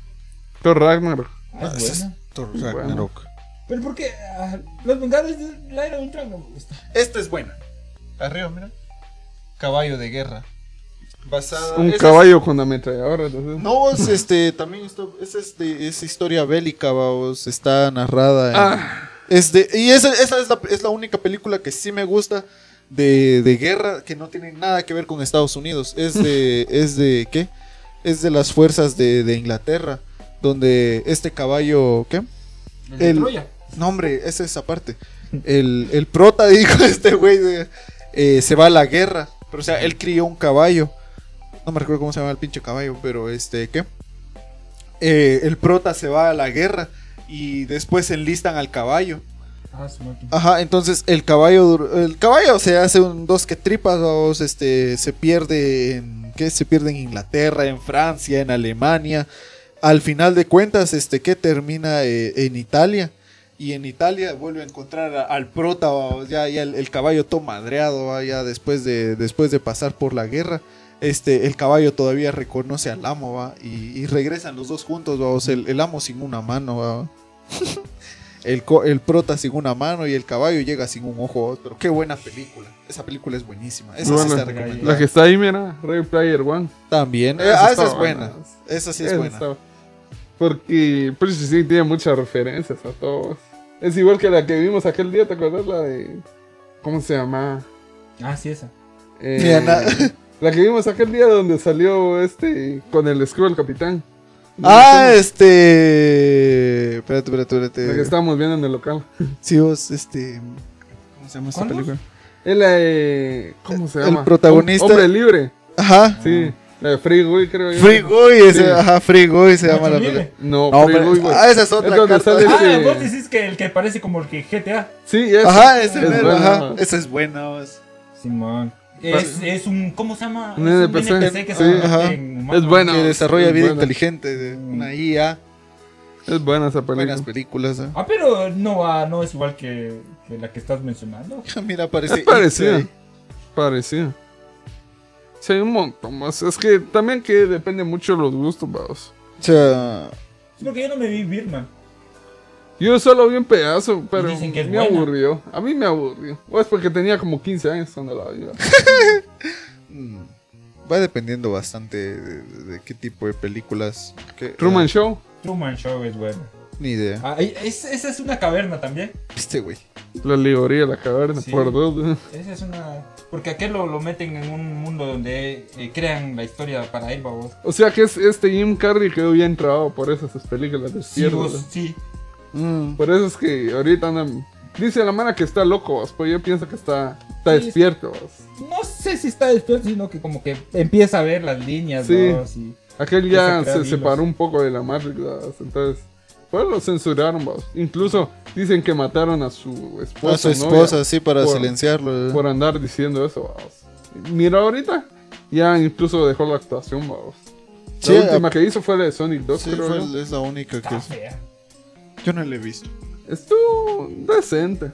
S1: Thor Ragnarok.
S2: Ah,
S3: Es
S2: ese es
S3: buena.
S2: Thor
S1: Bueno.
S2: Ragnarok.
S3: Pero ¿por qué? Ah, los Vengadores de la era de Ultron no me gusta.
S2: Esta es buena. Arriba, mira. Caballo de guerra. Basada
S1: Un
S2: Ah, esa es- este-
S1: caballo con ametralladora. desde-
S2: No, vos, este, también esto, es, este, es historia bélica, vamos, está narrada en-
S1: Ah.
S2: es de- y esa, esa es, la, es la única película que sí me gusta de, de guerra, que no tiene nada que ver con Estados Unidos, es de, es de, ¿qué? Es de las fuerzas de, de Inglaterra, donde este caballo, ¿qué?
S3: El de
S2: El-
S3: Troya.
S2: No, hombre, esa es aparte. El, el prota, dijo este güey, de- eh, se va a la guerra. Pero, o sea, él crió un caballo. No me recuerdo cómo se llama el pinche caballo, pero este, ¿qué? Eh, el prota se va a la guerra y después enlistan al caballo.
S3: Ah, su máquina.
S2: Ajá, entonces el caballo, dur- el caballo se hace un dos que tripas, vamos, este, se pierde en, ¿qué? Se pierde en Inglaterra, en Francia, en Alemania. Al final de cuentas, este, que termina eh, en Italia. Y en Italia vuelve a encontrar a- al prota, vamos, ya, ya el, el caballo todo madreado, va, ya después de, después de pasar por la guerra. Este, el caballo todavía reconoce al amo, va, y, y regresan los dos juntos, vamos, el, el amo sin una mano, va el, co- el prota sin una mano y el caballo llega sin un ojo. Pero qué buena película. Esa película es buenísima. Esa sí
S1: Buena.
S2: está recomendada.
S1: La que está ahí, mira. Ray Player One.
S2: También. Eh,
S1: Esa
S2: ah,
S1: está
S2: esa es buena.
S1: buena.
S2: Esa sí es
S1: Eso
S2: buena.
S1: estaba. Porque Precious sí tiene muchas referencias a todos. Es igual que la que vimos aquel día, ¿te acuerdas? La de. ¿Cómo se llama?
S3: Ah, sí, esa.
S1: Eh,
S2: Ni a na- Ah,
S1: la que vimos aquel día donde salió este. Con el escudo del capitán.
S2: Ah, este. Espérate, espérate,
S1: La que
S2: espérate.
S1: estábamos viendo en el local.
S2: Sí, vos, este. ¿Cómo se llama esta
S3: ¿Cuál vos?
S2: película?
S1: Es la de. ¿Cómo se
S2: El
S1: llama?
S2: protagonista-
S1: Hom- Hombre libre.
S2: Ajá.
S1: Sí. La de Free Guy, creo yo.
S2: Free Guy, ese-
S1: Sí. Ah,
S2: ajá, Free Guy se llama la
S3: Libre.
S2: película.
S1: No,
S2: No,
S1: Free
S2: pero-
S1: Guy, güey.
S2: ah, esa es otra
S1: Es donde
S2: carta.
S1: sale
S3: Ah,
S1: ese-
S3: vos decís que el que parece como el que GTA.
S1: Sí, ese.
S2: Ajá, ese
S1: Es
S2: mero,
S1: bueno.
S2: ajá. Esa es buena, vos.
S3: Simón. Es, es un. ¿Cómo se llama?
S1: Un
S3: Es
S1: NPC.
S3: que
S1: Sí,
S3: se convierte
S2: ajá.
S3: en humano.
S1: Es buena.
S2: que desarrolla
S1: es
S2: vida
S1: buena.
S2: inteligente, de una IA,
S1: Es buena esa película.
S2: buenas películas. ¿eh?
S3: Ah, pero no, va- no es igual que, que la que estás mencionando.
S2: Mira, parece.
S1: Es parecida. Parecida. Sí, hay un montón más. Es que también que depende mucho de los gustos, vamos.
S2: O sea,
S3: Es porque yo no me vi Birman.
S1: Yo solo vi un pedazo, pero
S3: dicen que es
S1: me
S3: buena.
S1: aburrió. A mí me aburrió. O es porque tenía como 15 años cuando la vi.
S2: Mm, Va dependiendo bastante de, de qué tipo de películas. que-
S1: Truman
S2: eh,
S1: Show.
S3: Truman Show es bueno.
S2: Ni idea.
S3: Ah, y- es- esa es una caverna también.
S2: Este güey.
S1: La alegoría de la caverna,
S3: Sí.
S1: por dos.
S3: Esa es una. Porque aquel lo, lo meten en un mundo donde eh, crean la historia para él, babos.
S1: O sea que es, este Jim Carrey quedó bien trabado por esas sus películas de
S3: Sí,
S1: izquierda,
S3: vos,
S1: ¿verdad?
S3: sí.
S1: Por eso es que ahorita andan... Dice la mano que está loco, vos, pues yo pienso que está, está
S3: Sí, es-
S1: despierto. vos.
S3: No sé si está despierto, sino que como que empieza a ver las líneas,
S1: Sí.
S3: babos, y-
S1: Aquel
S3: Empieza a
S1: ya
S3: crear
S1: se
S3: hilos.
S1: separó un poco de la Matrix, ¿verdad? entonces, pues lo censuraron, vamos. Incluso dicen que mataron a su esposa.
S2: A su
S1: novia,
S2: esposa, sí, para
S1: por-
S2: silenciarlo. eh.
S1: Por andar diciendo eso, vamos. Mira ahorita, ya incluso dejó la actuación, vamos.
S2: Sí,
S1: la última
S2: a-
S1: que hizo fue la de Sonic 2,
S2: Sí,
S1: creo
S2: fue-
S1: yo.
S2: es la única que.
S3: Está fea.
S2: Yo no la he visto.
S1: Estuvo decente.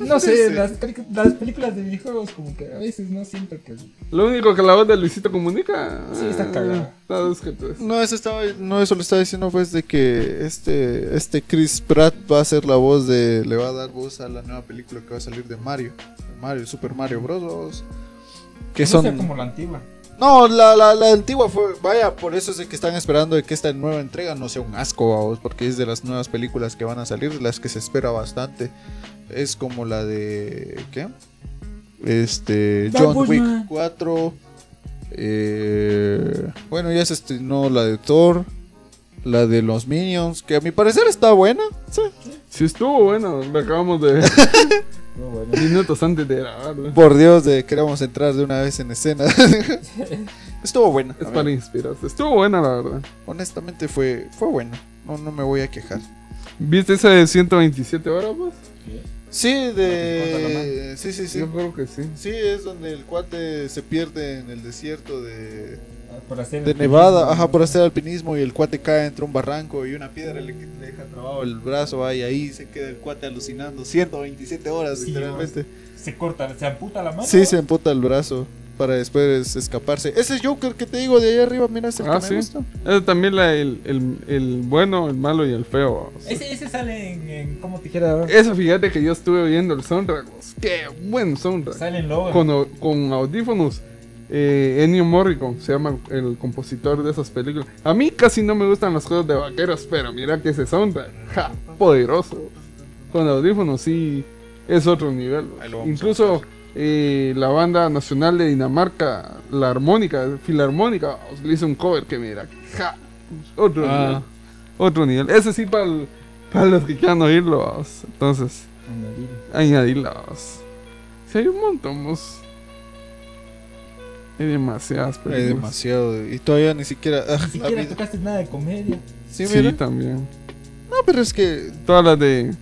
S3: No sé, las, carica- las películas de videojuegos como que a veces no siento que...
S1: Lo único que la voz de Luisito comunica.
S3: Sí, está cagada.
S1: ah, no, es que tú-
S2: No, eso estaba, no, eso lo estaba diciendo pues de que este, este Chris Pratt va a ser la voz de, le va a dar voz a la nueva película que va a salir de Mario, de Mario, Super Mario Bros. Que
S3: no
S2: son,
S3: sea como la antigua.
S2: no, la, la, la antigua fue, vaya, por eso es de que están esperando de que esta nueva entrega no sea un asco, vamos, porque es de las nuevas películas que van a salir, de las que se espera bastante. Es como la de, ¿qué? Este,
S3: Dark
S2: John Wick
S3: Bushman.
S2: 4. eh, bueno, ya se estrenó la de Thor, la de los Minions, que a mi parecer está buena. sí.
S1: Sí estuvo bueno, lo acabamos de
S3: Pero bueno.
S1: minutos antes de grabar. ¿no?
S2: Por Dios, de queremos entrar de una vez en escena. Estuvo buena.
S1: Es
S2: a
S1: para
S2: ver,
S1: inspirarse. Estuvo buena la verdad.
S2: honestamente fue, fue buena. No, no me voy a quejar.
S1: ¿Viste esa de 127 horas pues?
S2: Sí,
S3: Cuéntalo
S2: de. Sí, sí, sí.
S1: Yo creo que sí.
S2: Sí, es donde el cuate se pierde en el desierto de,
S3: Ah, Por hacer
S2: de Nevada, ajá, por hacer alpinismo y el cuate cae entre un barranco y una piedra le, le deja trabado el brazo ahí, ahí se queda el cuate alucinando 127 horas
S3: Sí,
S2: literalmente.
S3: Se corta, se amputa la mano.
S2: Sí, se emputa el brazo para después escaparse. Ese Joker que te digo de allá arriba, mira, es el
S1: Ah,
S2: que
S1: sí.
S2: me gusta.
S1: Es también la- el, el- el bueno, el malo y el feo. vamos.
S3: Ese, ese sale en, en como tijera.
S2: Eh,
S1: Eso fíjate que yo estuve viendo el soundtrack. pues, Qué buen soundtrack.
S3: Sale en logo.
S1: Con, au- con audífonos. Eh, Ennio Morricone se llama el compositor de esas películas. A mí casi no me gustan las cosas de vaqueros, pero mira que ese soundtrack. Ja, poderoso. Con audífonos sí es otro nivel.
S2: Ahí lo vamos a
S1: Incluso eh, la banda nacional de Dinamarca, la armónica, filarmónica, le hizo un cover que mira, ja, otro
S3: Ah.
S1: nivel. Otro nivel. Ese sí para los que quieran oírlo. vamos. Entonces, añadirlas. Si hay un montón, vos. Hay demasiadas
S2: Hay
S1: películas.
S2: Eh, demasiado y todavía ni siquiera... ah,
S3: Ni
S2: ha
S3: siquiera
S2: habido-
S3: tocaste nada de comedia.
S2: Sí,
S1: sí,
S2: mira.
S1: también.
S2: No, pero es que
S1: Todas las de.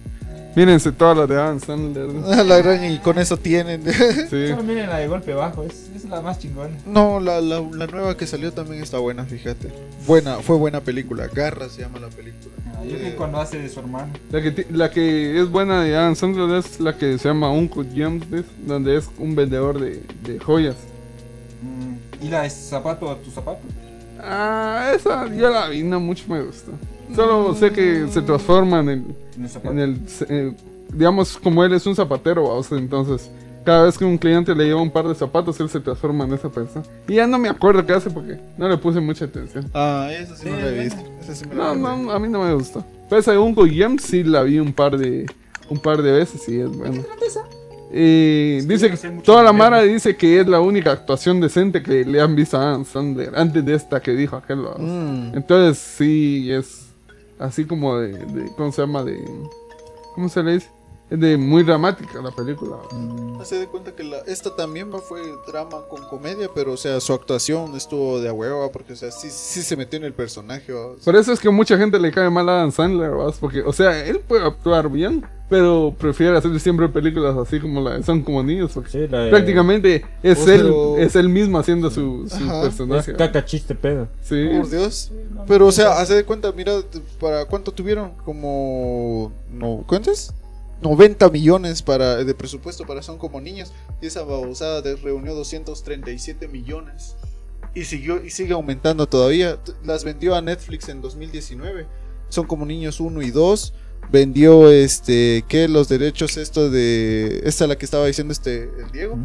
S1: Mírense todas las de Adam Sandler.
S2: a la gran y con eso tienen.
S1: Sí.
S3: Solo miren la de golpe bajo, es, es la más chingona.
S2: No, la, la, la nueva que salió también está buena, fíjate. Buena, fue buena película. Garra se llama la película.
S3: Ah, Yo creo que cuando hace de su hermano.
S1: La que, ti- la que es buena de Adam Sandler es la que se llama Uncle James, ¿ves? donde es un vendedor de, de joyas.
S3: Mm, Y la de zapato a tu zapato.
S1: Ah, esa yo la vi, no mucho me gusta. Solo sé que se transforma en el,
S3: En el zapato.
S1: en el, eh, digamos, como él es un zapatero, vamos, entonces, cada vez que un cliente le lleva un par de zapatos, él se transforma en esa persona. Y ya no me acuerdo qué hace porque no le puse mucha atención.
S2: Ah, esa sí no la he
S3: buena.
S2: visto. Esa sí me la
S1: No,
S2: perdí.
S1: no, a mí no me gustó. Pese a Uncle Jam, sí la vi un par de, un par de veces y es bueno. Eh, dice
S3: que
S1: que
S3: hacer mucho
S1: toda la
S3: dinero.
S1: mara dice que es la única actuación decente que le han visto a Adam Sandler antes de esta que dijo aquel. vamos.
S2: Mm.
S1: Entonces sí es así como de, de- ¿cómo se llama? De ¿cómo se le dice? Es de muy dramática la película.
S2: Se da cuenta que la, esta también va- fue drama con comedia, pero o sea, su actuación estuvo de a hueva porque o sea, sí, sí se metió en el personaje. ¿va?
S1: Por eso es que mucha gente le cae mal a Adam Sandler, ¿vas? Porque, o sea, él puede actuar bien, pero prefiere hacer siempre películas así como la de Son como niños, porque
S3: Sí, la de-
S1: prácticamente es
S2: O
S1: él,
S2: pero-
S1: es él mismo haciendo su, su
S2: Ajá.
S1: personaje.
S3: chiste pedo.
S1: Sí.
S2: Por Dios. Pero o sea, hace de cuenta, mira, t- ¿para cuánto tuvieron? Como... ¿No cuentas? 90 millones para, de presupuesto para Son como niños. Y esa babosada de- reunió 237 millones. Y, siguió, y sigue aumentando todavía. T- Las vendió a Netflix en 2019. Son como niños 1 y 2. Vendió este que los derechos esto de esta la que estaba diciendo este el Diego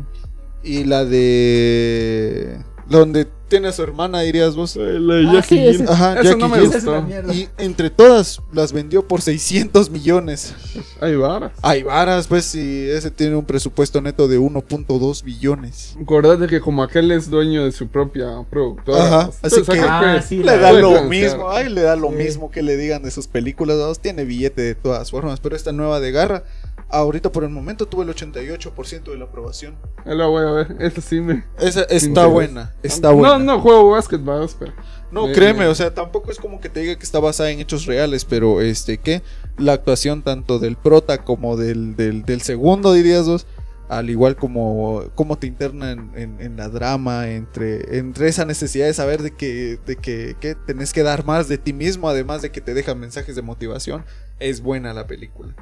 S2: y la de donde tiene a su hermana dirías vos.
S1: La de
S3: Ah,
S1: Jackie
S3: sí, ese-
S1: Gill.
S2: Ajá,
S1: Eso
S2: Jackie
S1: no me
S2: Gill.
S3: Esa es
S1: gustó.
S3: la mierda.
S2: Y entre todas las vendió por 600 millones.
S1: Hay varas.
S2: Hay varas, pues, y ese tiene un presupuesto neto de 1.2 billones.
S1: Acordate que como aquel es dueño de su propia productora.
S2: Ajá,
S1: pues,
S2: así
S1: o sea,
S2: que-
S3: Ah, sí,
S2: Le
S3: la-
S2: da
S1: Puede
S2: lo
S1: plantear.
S2: mismo, ay, le da lo
S3: Sí.
S2: mismo que le digan de sus películas. ¿no? Tiene billete de todas formas, pero esta nueva de Garra, ahorita por el momento tuvo el 88% de la aprobación.
S1: Ahí la voy a ver. Esa sí me...
S2: Esa está
S1: Interés.
S2: buena, está buena.
S1: No, no juego básquetbol, pero...
S2: No,
S1: Me-
S2: créeme,
S1: me-
S2: o sea, tampoco es como que te diga que está basada en hechos reales, pero este, que la actuación tanto del prota como del, del, del segundo, dirías dos, al igual como cómo te interna en, en- en la drama, entre, entre esa necesidad de saber de que, de que, que tenés que dar más de ti mismo, además de que te dejan mensajes de motivación. es buena la película.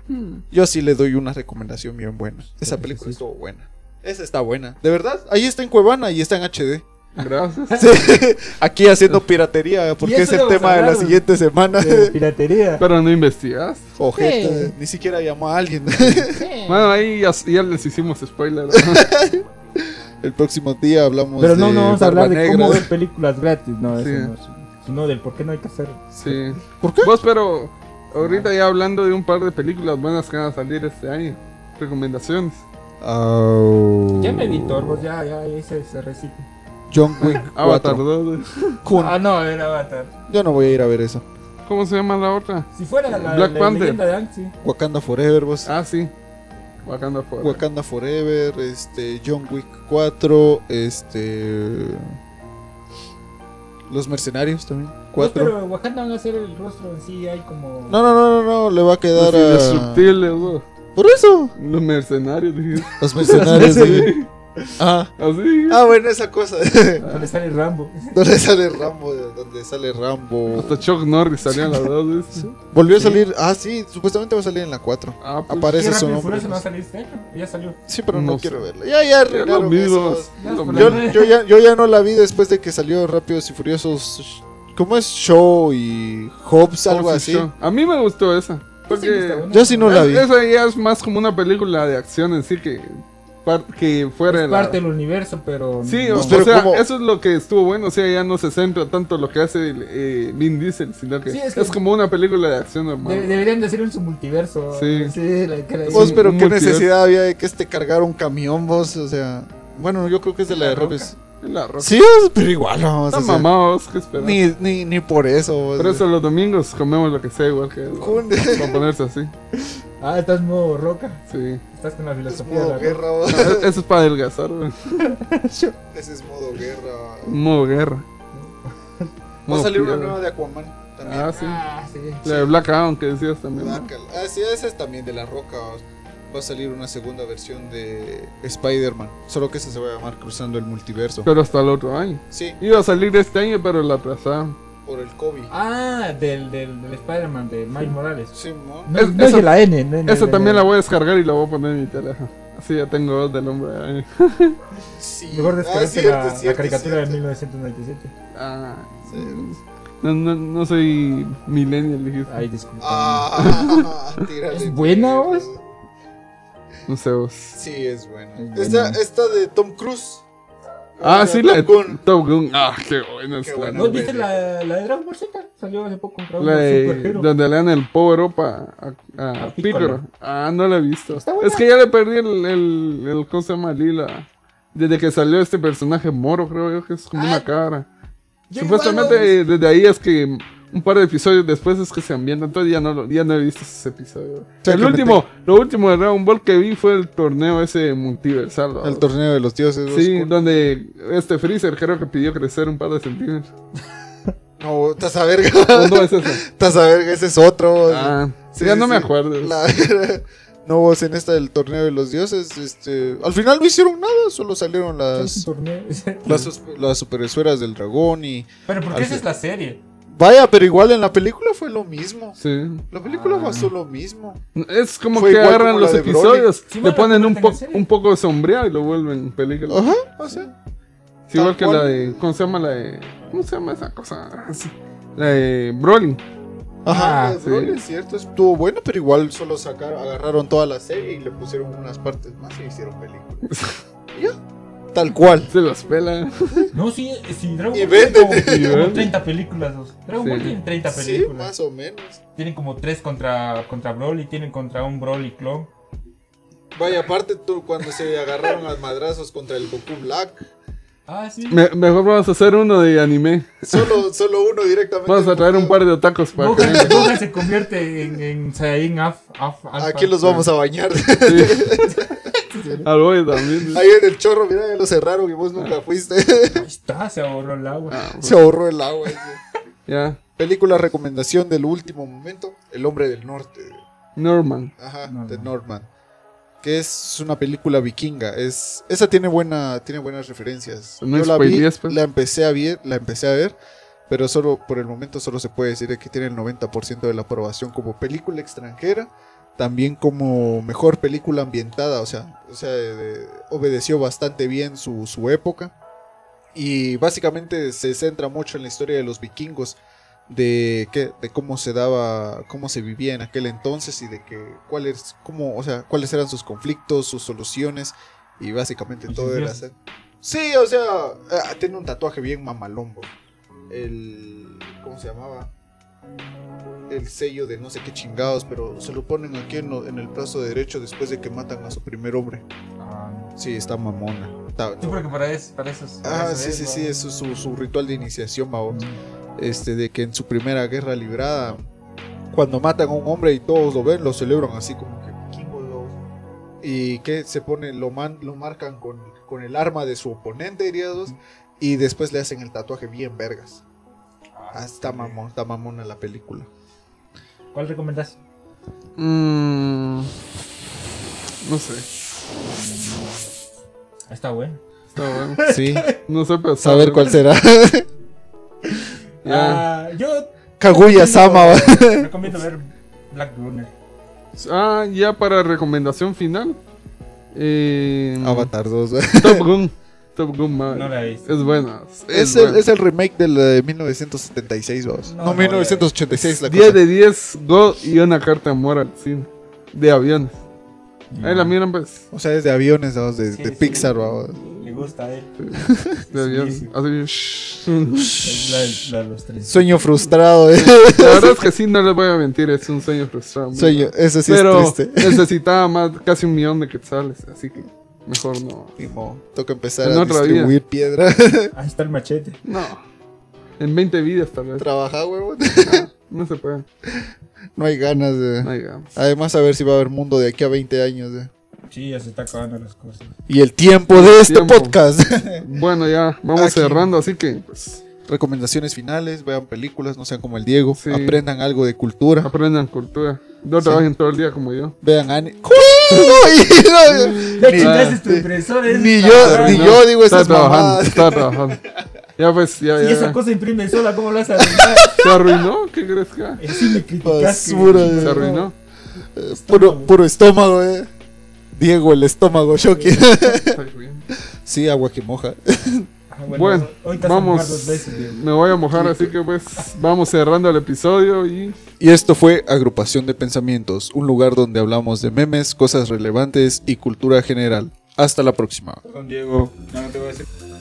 S2: Yo sí le doy una recomendación bien buena. Esa película estuvo buena. Esa está buena. De verdad, ahí está en Cuevana y está en HD.
S1: Gracias.
S2: Sí, Aquí haciendo piratería,
S4: Y
S2: porque
S4: eso
S2: es el
S4: íbamos a
S2: tema de la
S4: hablar, güey.
S2: siguiente semana.
S4: De piratería.
S1: Pero no investigas.
S2: Ojete, ni siquiera llamó a alguien.
S1: Bueno, ahí ya, ya les hicimos spoiler.
S2: El próximo día hablamos
S4: Pero no,
S2: Pues de
S4: no vamos a
S2: Barba
S4: hablar de cómo
S2: Negra.
S4: ver películas gratis, no, eso
S1: Sí.
S4: no. eso no. Sino del por qué no hay que hacerlo.
S1: sí.
S2: ¿Por qué?
S1: Vos, pero ahorita ya hablando de un par de películas buenas que van a salir este año. Recomendaciones.
S2: Au.
S4: Ya me vi Torbos, ya, ya, ya hice ese reciclo.
S2: John Wick
S1: Avatar
S2: 4.
S1: 2.
S2: Kun.
S4: Ah, no, era Avatar.
S2: Yo no voy a ir a ver eso.
S1: ¿Cómo se llama la otra?
S4: Si fuera la, la,
S1: Black
S4: la
S1: Panther.
S4: leyenda de Aang, sí.
S2: Wakanda Forever, vos.
S1: Ah, sí. Wakanda Forever.
S2: Wakanda Forever, este, John Wick 4, este. Los Mercenarios también.
S4: No,
S2: 4.
S4: pero Wakanda va a ser el rostro en sí, hay como...
S2: No, no, no, no, no, le va a
S1: Los
S2: quedar a.
S1: indestructibles, vos.
S2: Por eso.
S1: Los mercenarios. dije.
S2: Los Mercenarios. sí. Ah.
S1: Así.
S2: ah, bueno, esa cosa.
S4: Donde sale Rambo.
S2: donde sale Rambo, donde sale Rambo.
S1: Hasta Chuck Norris salió en las dos. veces.
S2: Volvió a salir. Ah, sí, supuestamente va a salir en la 4.
S1: Ah, pues,
S2: Aparece
S4: Qué
S2: su
S4: rápido y
S2: nombre.
S4: Furioso no va a salir este año, ya salió.
S2: Sí, pero no,
S1: No
S2: quiero
S1: sé.
S2: verla. Ya, ya,
S1: es
S2: arreglaron
S1: lo mismo.
S2: eso.
S1: es lo
S4: Yo-
S1: mismo.
S2: Yo, yo ya, yo ya no la vi después de que salió Rápidos y Furiosos. ¿Cómo es? Show y Hobbs, algo
S1: Hobbs y
S2: así.
S1: Shaw. A mí me gustó esa. Porque
S4: Sí, está bueno.
S2: Pues Yo sí no la
S1: es-
S2: vi.
S1: esa ya es más como una película de acción en sí que, par- que fuera de
S4: Es
S1: la...
S4: parte del universo, pero...
S1: Sí,
S4: no.
S1: o,
S2: pero
S1: o sea,
S2: como-
S1: eso es lo que estuvo bueno. O sea, ya no se centra tanto lo que hace el, eh, Vin Diesel, sino que,
S4: Sí, es
S1: es,
S4: que-
S1: como una película de acción normal.
S4: De- deberían de ser en su multiverso.
S1: Sí.
S4: la- que la-
S2: Vos,
S1: un-
S2: pero
S1: un
S2: qué
S1: multiverso.
S2: necesidad había de que este cargara un camión, vos. O sea, bueno, yo creo que es de la de
S4: La Roca.
S2: Rápidos.
S1: La roca.
S2: Sí, pero igual, no, o
S1: Está
S2: sea,
S1: mamados, ¿qué esperas?
S2: ni, ni, ni por eso, vos.
S1: Por eso los domingos comemos lo que sea, igual que...
S2: Junde.
S1: Para ponerse así,
S4: Ah, estás modo roca.
S1: sí.
S4: Estás con la
S2: Es
S4: filosofía de
S2: modo
S4: la roca.
S2: guerra, vos.
S1: Eso es para adelgazar, güey.
S2: Ese es modo guerra.
S1: Modo guerra.
S2: Va a
S1: Modo
S2: salir una
S1: piedra.
S2: nueva de Aquaman también.
S1: Ah, sí.
S4: Ah, sí.
S1: La de Black Adam que decías también. ¿no?
S2: Bácala. Ah, sí, esa es también de la roca. Va a salir una segunda versión de Spider-Man. Solo que esa se va a llamar Cruzando el Multiverso.
S1: Pero hasta el otro año.
S2: Sí,
S1: Iba a salir este año, pero la atrasaron.
S2: por el COVID.
S4: Ah, del, del, del Spider-Man de Miles Morales.
S2: Sí, mo.
S4: No,
S1: Es-
S4: no es
S1: esa-
S4: de la N. No,
S1: Esa también la voy a descargar y la voy a poner en mi teléfono. Así ya tengo dos del hombre araña.
S2: Sí.
S4: Mejor
S2: Ah,
S4: descargarte
S2: cierto,
S4: la, la
S2: cierto,
S4: caricatura
S2: cierto.
S4: de 1997.
S1: Ah,
S2: Sí.
S1: no, no, no soy millennial, dijiste.
S4: Ay, disculpa.
S2: Ah, tírale
S4: ¿Es buena,
S2: mierda.
S4: vos?
S1: No sé vos.
S2: Sí, es buena.
S4: Es
S2: Esta,
S4: buena.
S2: esta de Tom Cruise.
S1: Ah, sí, la de
S2: Top Gun.
S1: Top Gun. Ah, qué buena
S2: Qué
S1: está.
S2: buena.
S4: ¿No viste la, la de Dragon Ball Z? Salió hace poco. Dragon
S1: La
S4: Ball
S1: de,
S4: Superhero.
S1: donde le dan el power up a, a- a
S4: A Piccolo.
S1: Piccolo. Ah, no la he visto.
S4: Está buena.
S1: Es que ya le perdí el, el, el ¿cómo se llama? Lila. Desde que salió este personaje moro, creo yo que es como una cara.
S4: Yo
S1: Supuestamente
S4: Ah, igual
S1: eh, desde ahí es que un par de episodios después es que se ambienta, entonces ya no, lo- ya no he visto esos episodios. el
S2: Exactamente.
S1: último, lo último de Dragon Ball que vi fue el torneo ese multiversal. ¿no?
S2: El torneo de los dioses. vos.
S1: Sí, donde este Freezer creo que pidió crecer un par de centímetros.
S2: No, estás a verga.
S1: ¿O no es eso?
S2: Estás a verga, ese es otro. vos.
S1: Ah,
S2: Sí,
S1: ya
S2: sí,
S1: no me
S2: sí.
S1: acuerdo.
S2: La- no, vos en esta del torneo de los dioses, este, al final no hicieron nada, solo salieron
S4: es un
S2: las
S4: torneo.
S2: las, sus- las superesferas del dragón y
S4: Pero ¿por
S2: Al
S4: qué
S1: Ah,
S4: esa
S2: fin.
S4: es la serie?
S2: vaya, pero igual en la película fue lo mismo.
S1: Sí.
S2: La película
S4: Ah.
S2: pasó lo mismo.
S1: Es como
S2: Fue
S1: que
S2: igual
S1: agarran
S2: como la
S1: los
S2: de
S1: episodios,
S4: Sí,
S1: le
S4: bueno,
S1: ponen
S4: la
S1: un,
S4: ponen en
S1: po-
S4: serie.
S1: un poco sombreado y lo vuelven película.
S2: Ajá, o sea,
S1: Sí, igual
S2: tal
S1: que
S2: cual.
S1: la de. ¿Cómo se llama la de.? ¿Cómo se llama esa cosa? La de Broly.
S2: ajá,
S4: Ah,
S2: la de
S1: sí.
S2: Broly, es cierto, estuvo bueno, pero igual solo sacaron, agarraron toda la serie y le pusieron unas partes más y hicieron película. Y ya, tal cual.
S1: Se los pela.
S4: No, sí, eh, sí Dragon
S2: Y
S4: Ball tiene como,
S1: venden.
S4: como
S1: Y venden.
S4: 30 películas. dos. Dragon
S1: Sí.
S4: Ball tiene 30
S2: Sí,
S4: películas.
S2: más o menos.
S4: Tienen como 3 contra, contra Broly, tienen contra un Broly clon.
S2: Vaya, aparte tú cuando se agarraron las madrazos contra el Goku Black,
S4: Ah, sí.
S1: Me- mejor vamos a hacer uno de anime.
S2: solo, solo uno directamente.
S1: Vamos a traer un par de otacos para que
S4: Gohan,
S1: vengan.
S4: Gohan se convierte en, en Saiyajin Af, Af, Alpha.
S2: Aquí los vamos a bañar.
S1: Sí. Al boy también.
S2: Ahí en el chorro, mira, ya lo cerraron y vos nunca fuiste.
S4: Ahí está, se ahorró el agua.
S1: Ah,
S2: Se ahorró el agua. ese.
S1: ya.
S2: Película recomendación del último momento, El hombre del norte.
S1: Norman.
S2: Ajá,
S4: Norman.
S2: de Norman. Que es una película vikinga. Es, esa tiene buena, tiene buenas referencias.
S1: No
S2: Yo la vi,
S1: spoilees, pues.
S2: la empecé a ver, la empecé a ver. pero solo por el momento solo se puede decir que tiene el 90% de la aprobación como película extranjera, también como mejor película ambientada, o sea, o sea de- de- obedeció bastante bien su, su época y básicamente se centra mucho en la historia de los vikingos, de, qué, de cómo se daba, cómo se vivía en aquel entonces y de que, cuáles, cómo, o sea, cuáles eran sus conflictos, sus soluciones y básicamente
S3: Y
S2: todo
S3: sus
S2: era...
S3: dioses.
S2: Sí, o sea, ah, tiene un tatuaje bien mamalombo. El. ¿Cómo se llamaba? El sello de no sé qué chingados, pero se lo ponen aquí en, lo- en el brazo derecho después de que matan a su primer hombre.
S3: Ah.
S2: Sí, está mamona. Está-
S3: Sí, porque para eso, para eso es- para
S2: Ah,
S3: eso
S2: sí,
S3: es,
S2: sí,
S3: ¿no?
S2: sí, es su, su- su ritual de iniciación, babo. Este, de que en su primera guerra librada, cuando matan a un hombre y todos lo ven, lo celebran así como que vikingos, babo. Y que se pone, lo, man- lo marcan con, con el arma de su oponente, dirías vos, y después le hacen el tatuaje bien vergas. Ah, está mamón, está mamona la película.
S3: ¿Cuál recomendás?
S1: Mm, no sé.
S3: Está bueno.
S1: Está bueno.
S2: Sí,
S1: No sé, pero. está
S2: saber
S1: bueno.
S2: cuál será.
S1: Ya.
S3: Ah, yo
S2: Kaguya Sama.
S3: recomiendo ver Black Runner.
S1: Ah, ya para recomendación final. eh,
S2: Avatar 2.
S1: Top Gun. Top Gun Maverick.
S3: No la he visto.
S1: Es buena. Es,
S2: Es el,
S1: buena.
S2: es el remake del eh, de 1976, vamos.
S3: No,
S2: No,
S3: no,
S2: 1986 la
S1: 10
S2: cosa.
S1: de 10, Go y una carta de amor al cine. De aviones. Ahí la miran, pues.
S2: O sea, es de aviones, vamos, de,
S3: Sí,
S2: de
S3: sí.
S2: Pixar, vamos.
S3: Le gusta a él.
S1: De aviones. Así, shh.
S3: Es la, la de los tres.
S2: Sueño frustrado, eh.
S1: La verdad es que sí, no les voy a mentir, es un sueño frustrante.
S2: Sueño, ese sí
S1: Pero
S2: es triste.
S1: necesitaba más, casi un millón de quetzales, así que mejor no.
S2: Ni modo, Toca empezar
S1: En
S2: a
S1: otra vida.
S2: distribuir piedra.
S3: Ahí está el machete.
S1: No. En 20 vidas tal vez. Ah,
S2: Trabajar, huevón.
S1: No se puede.
S2: No hay ganas de.
S1: No digamos.
S2: Además, a ver si va a haber mundo de aquí a 20 años. eh.
S3: Sí, ya se está acabando las cosas.
S2: Y el tiempo de este
S1: tiempo.
S2: podcast.
S1: Bueno, ya, vamos
S2: Aquí.
S1: cerrando, así que pues
S2: Recomendaciones finales: vean películas, no sean como el Diego.
S1: Sí.
S2: Aprendan algo de cultura.
S1: aprendan cultura. No
S2: Sí.
S1: trabajen todo el día como yo.
S2: Vean anime. Ni-
S3: De hecho,
S2: Ah,
S3: ese es tu impresor. ese
S2: ni
S3: está
S2: yo,
S3: grabando.
S2: ni
S1: No,
S2: yo digo
S1: está
S2: esas
S1: trabajando,
S2: mamadas.
S1: está trabajando. Ya pues, ya,
S3: Y
S1: ya.
S3: esa
S1: ya.
S3: cosa imprime sola, ¿cómo lo vas a arreglar?
S1: ¿Se arruinó? ¿Qué crees que? haga?
S3: Así me criticas. que-
S2: Basura,
S1: ¿Se
S2: eh.
S1: arruinó?
S2: Puro, puro estómago, eh. Diego, el estómago, Shoki.
S1: Está bien.
S2: sí, agua que moja.
S3: Ah,
S1: Bueno,
S3: ahorita se mojar dos
S1: vamos.
S3: veces, Diego.
S1: Me voy a mojar, así que pues vamos cerrando el episodio y
S2: Y esto fue Agrupación de Pensamientos, un lugar donde hablamos de memes, cosas relevantes y cultura general. Hasta la próxima.
S3: Con Diego, ya no te voy a decir.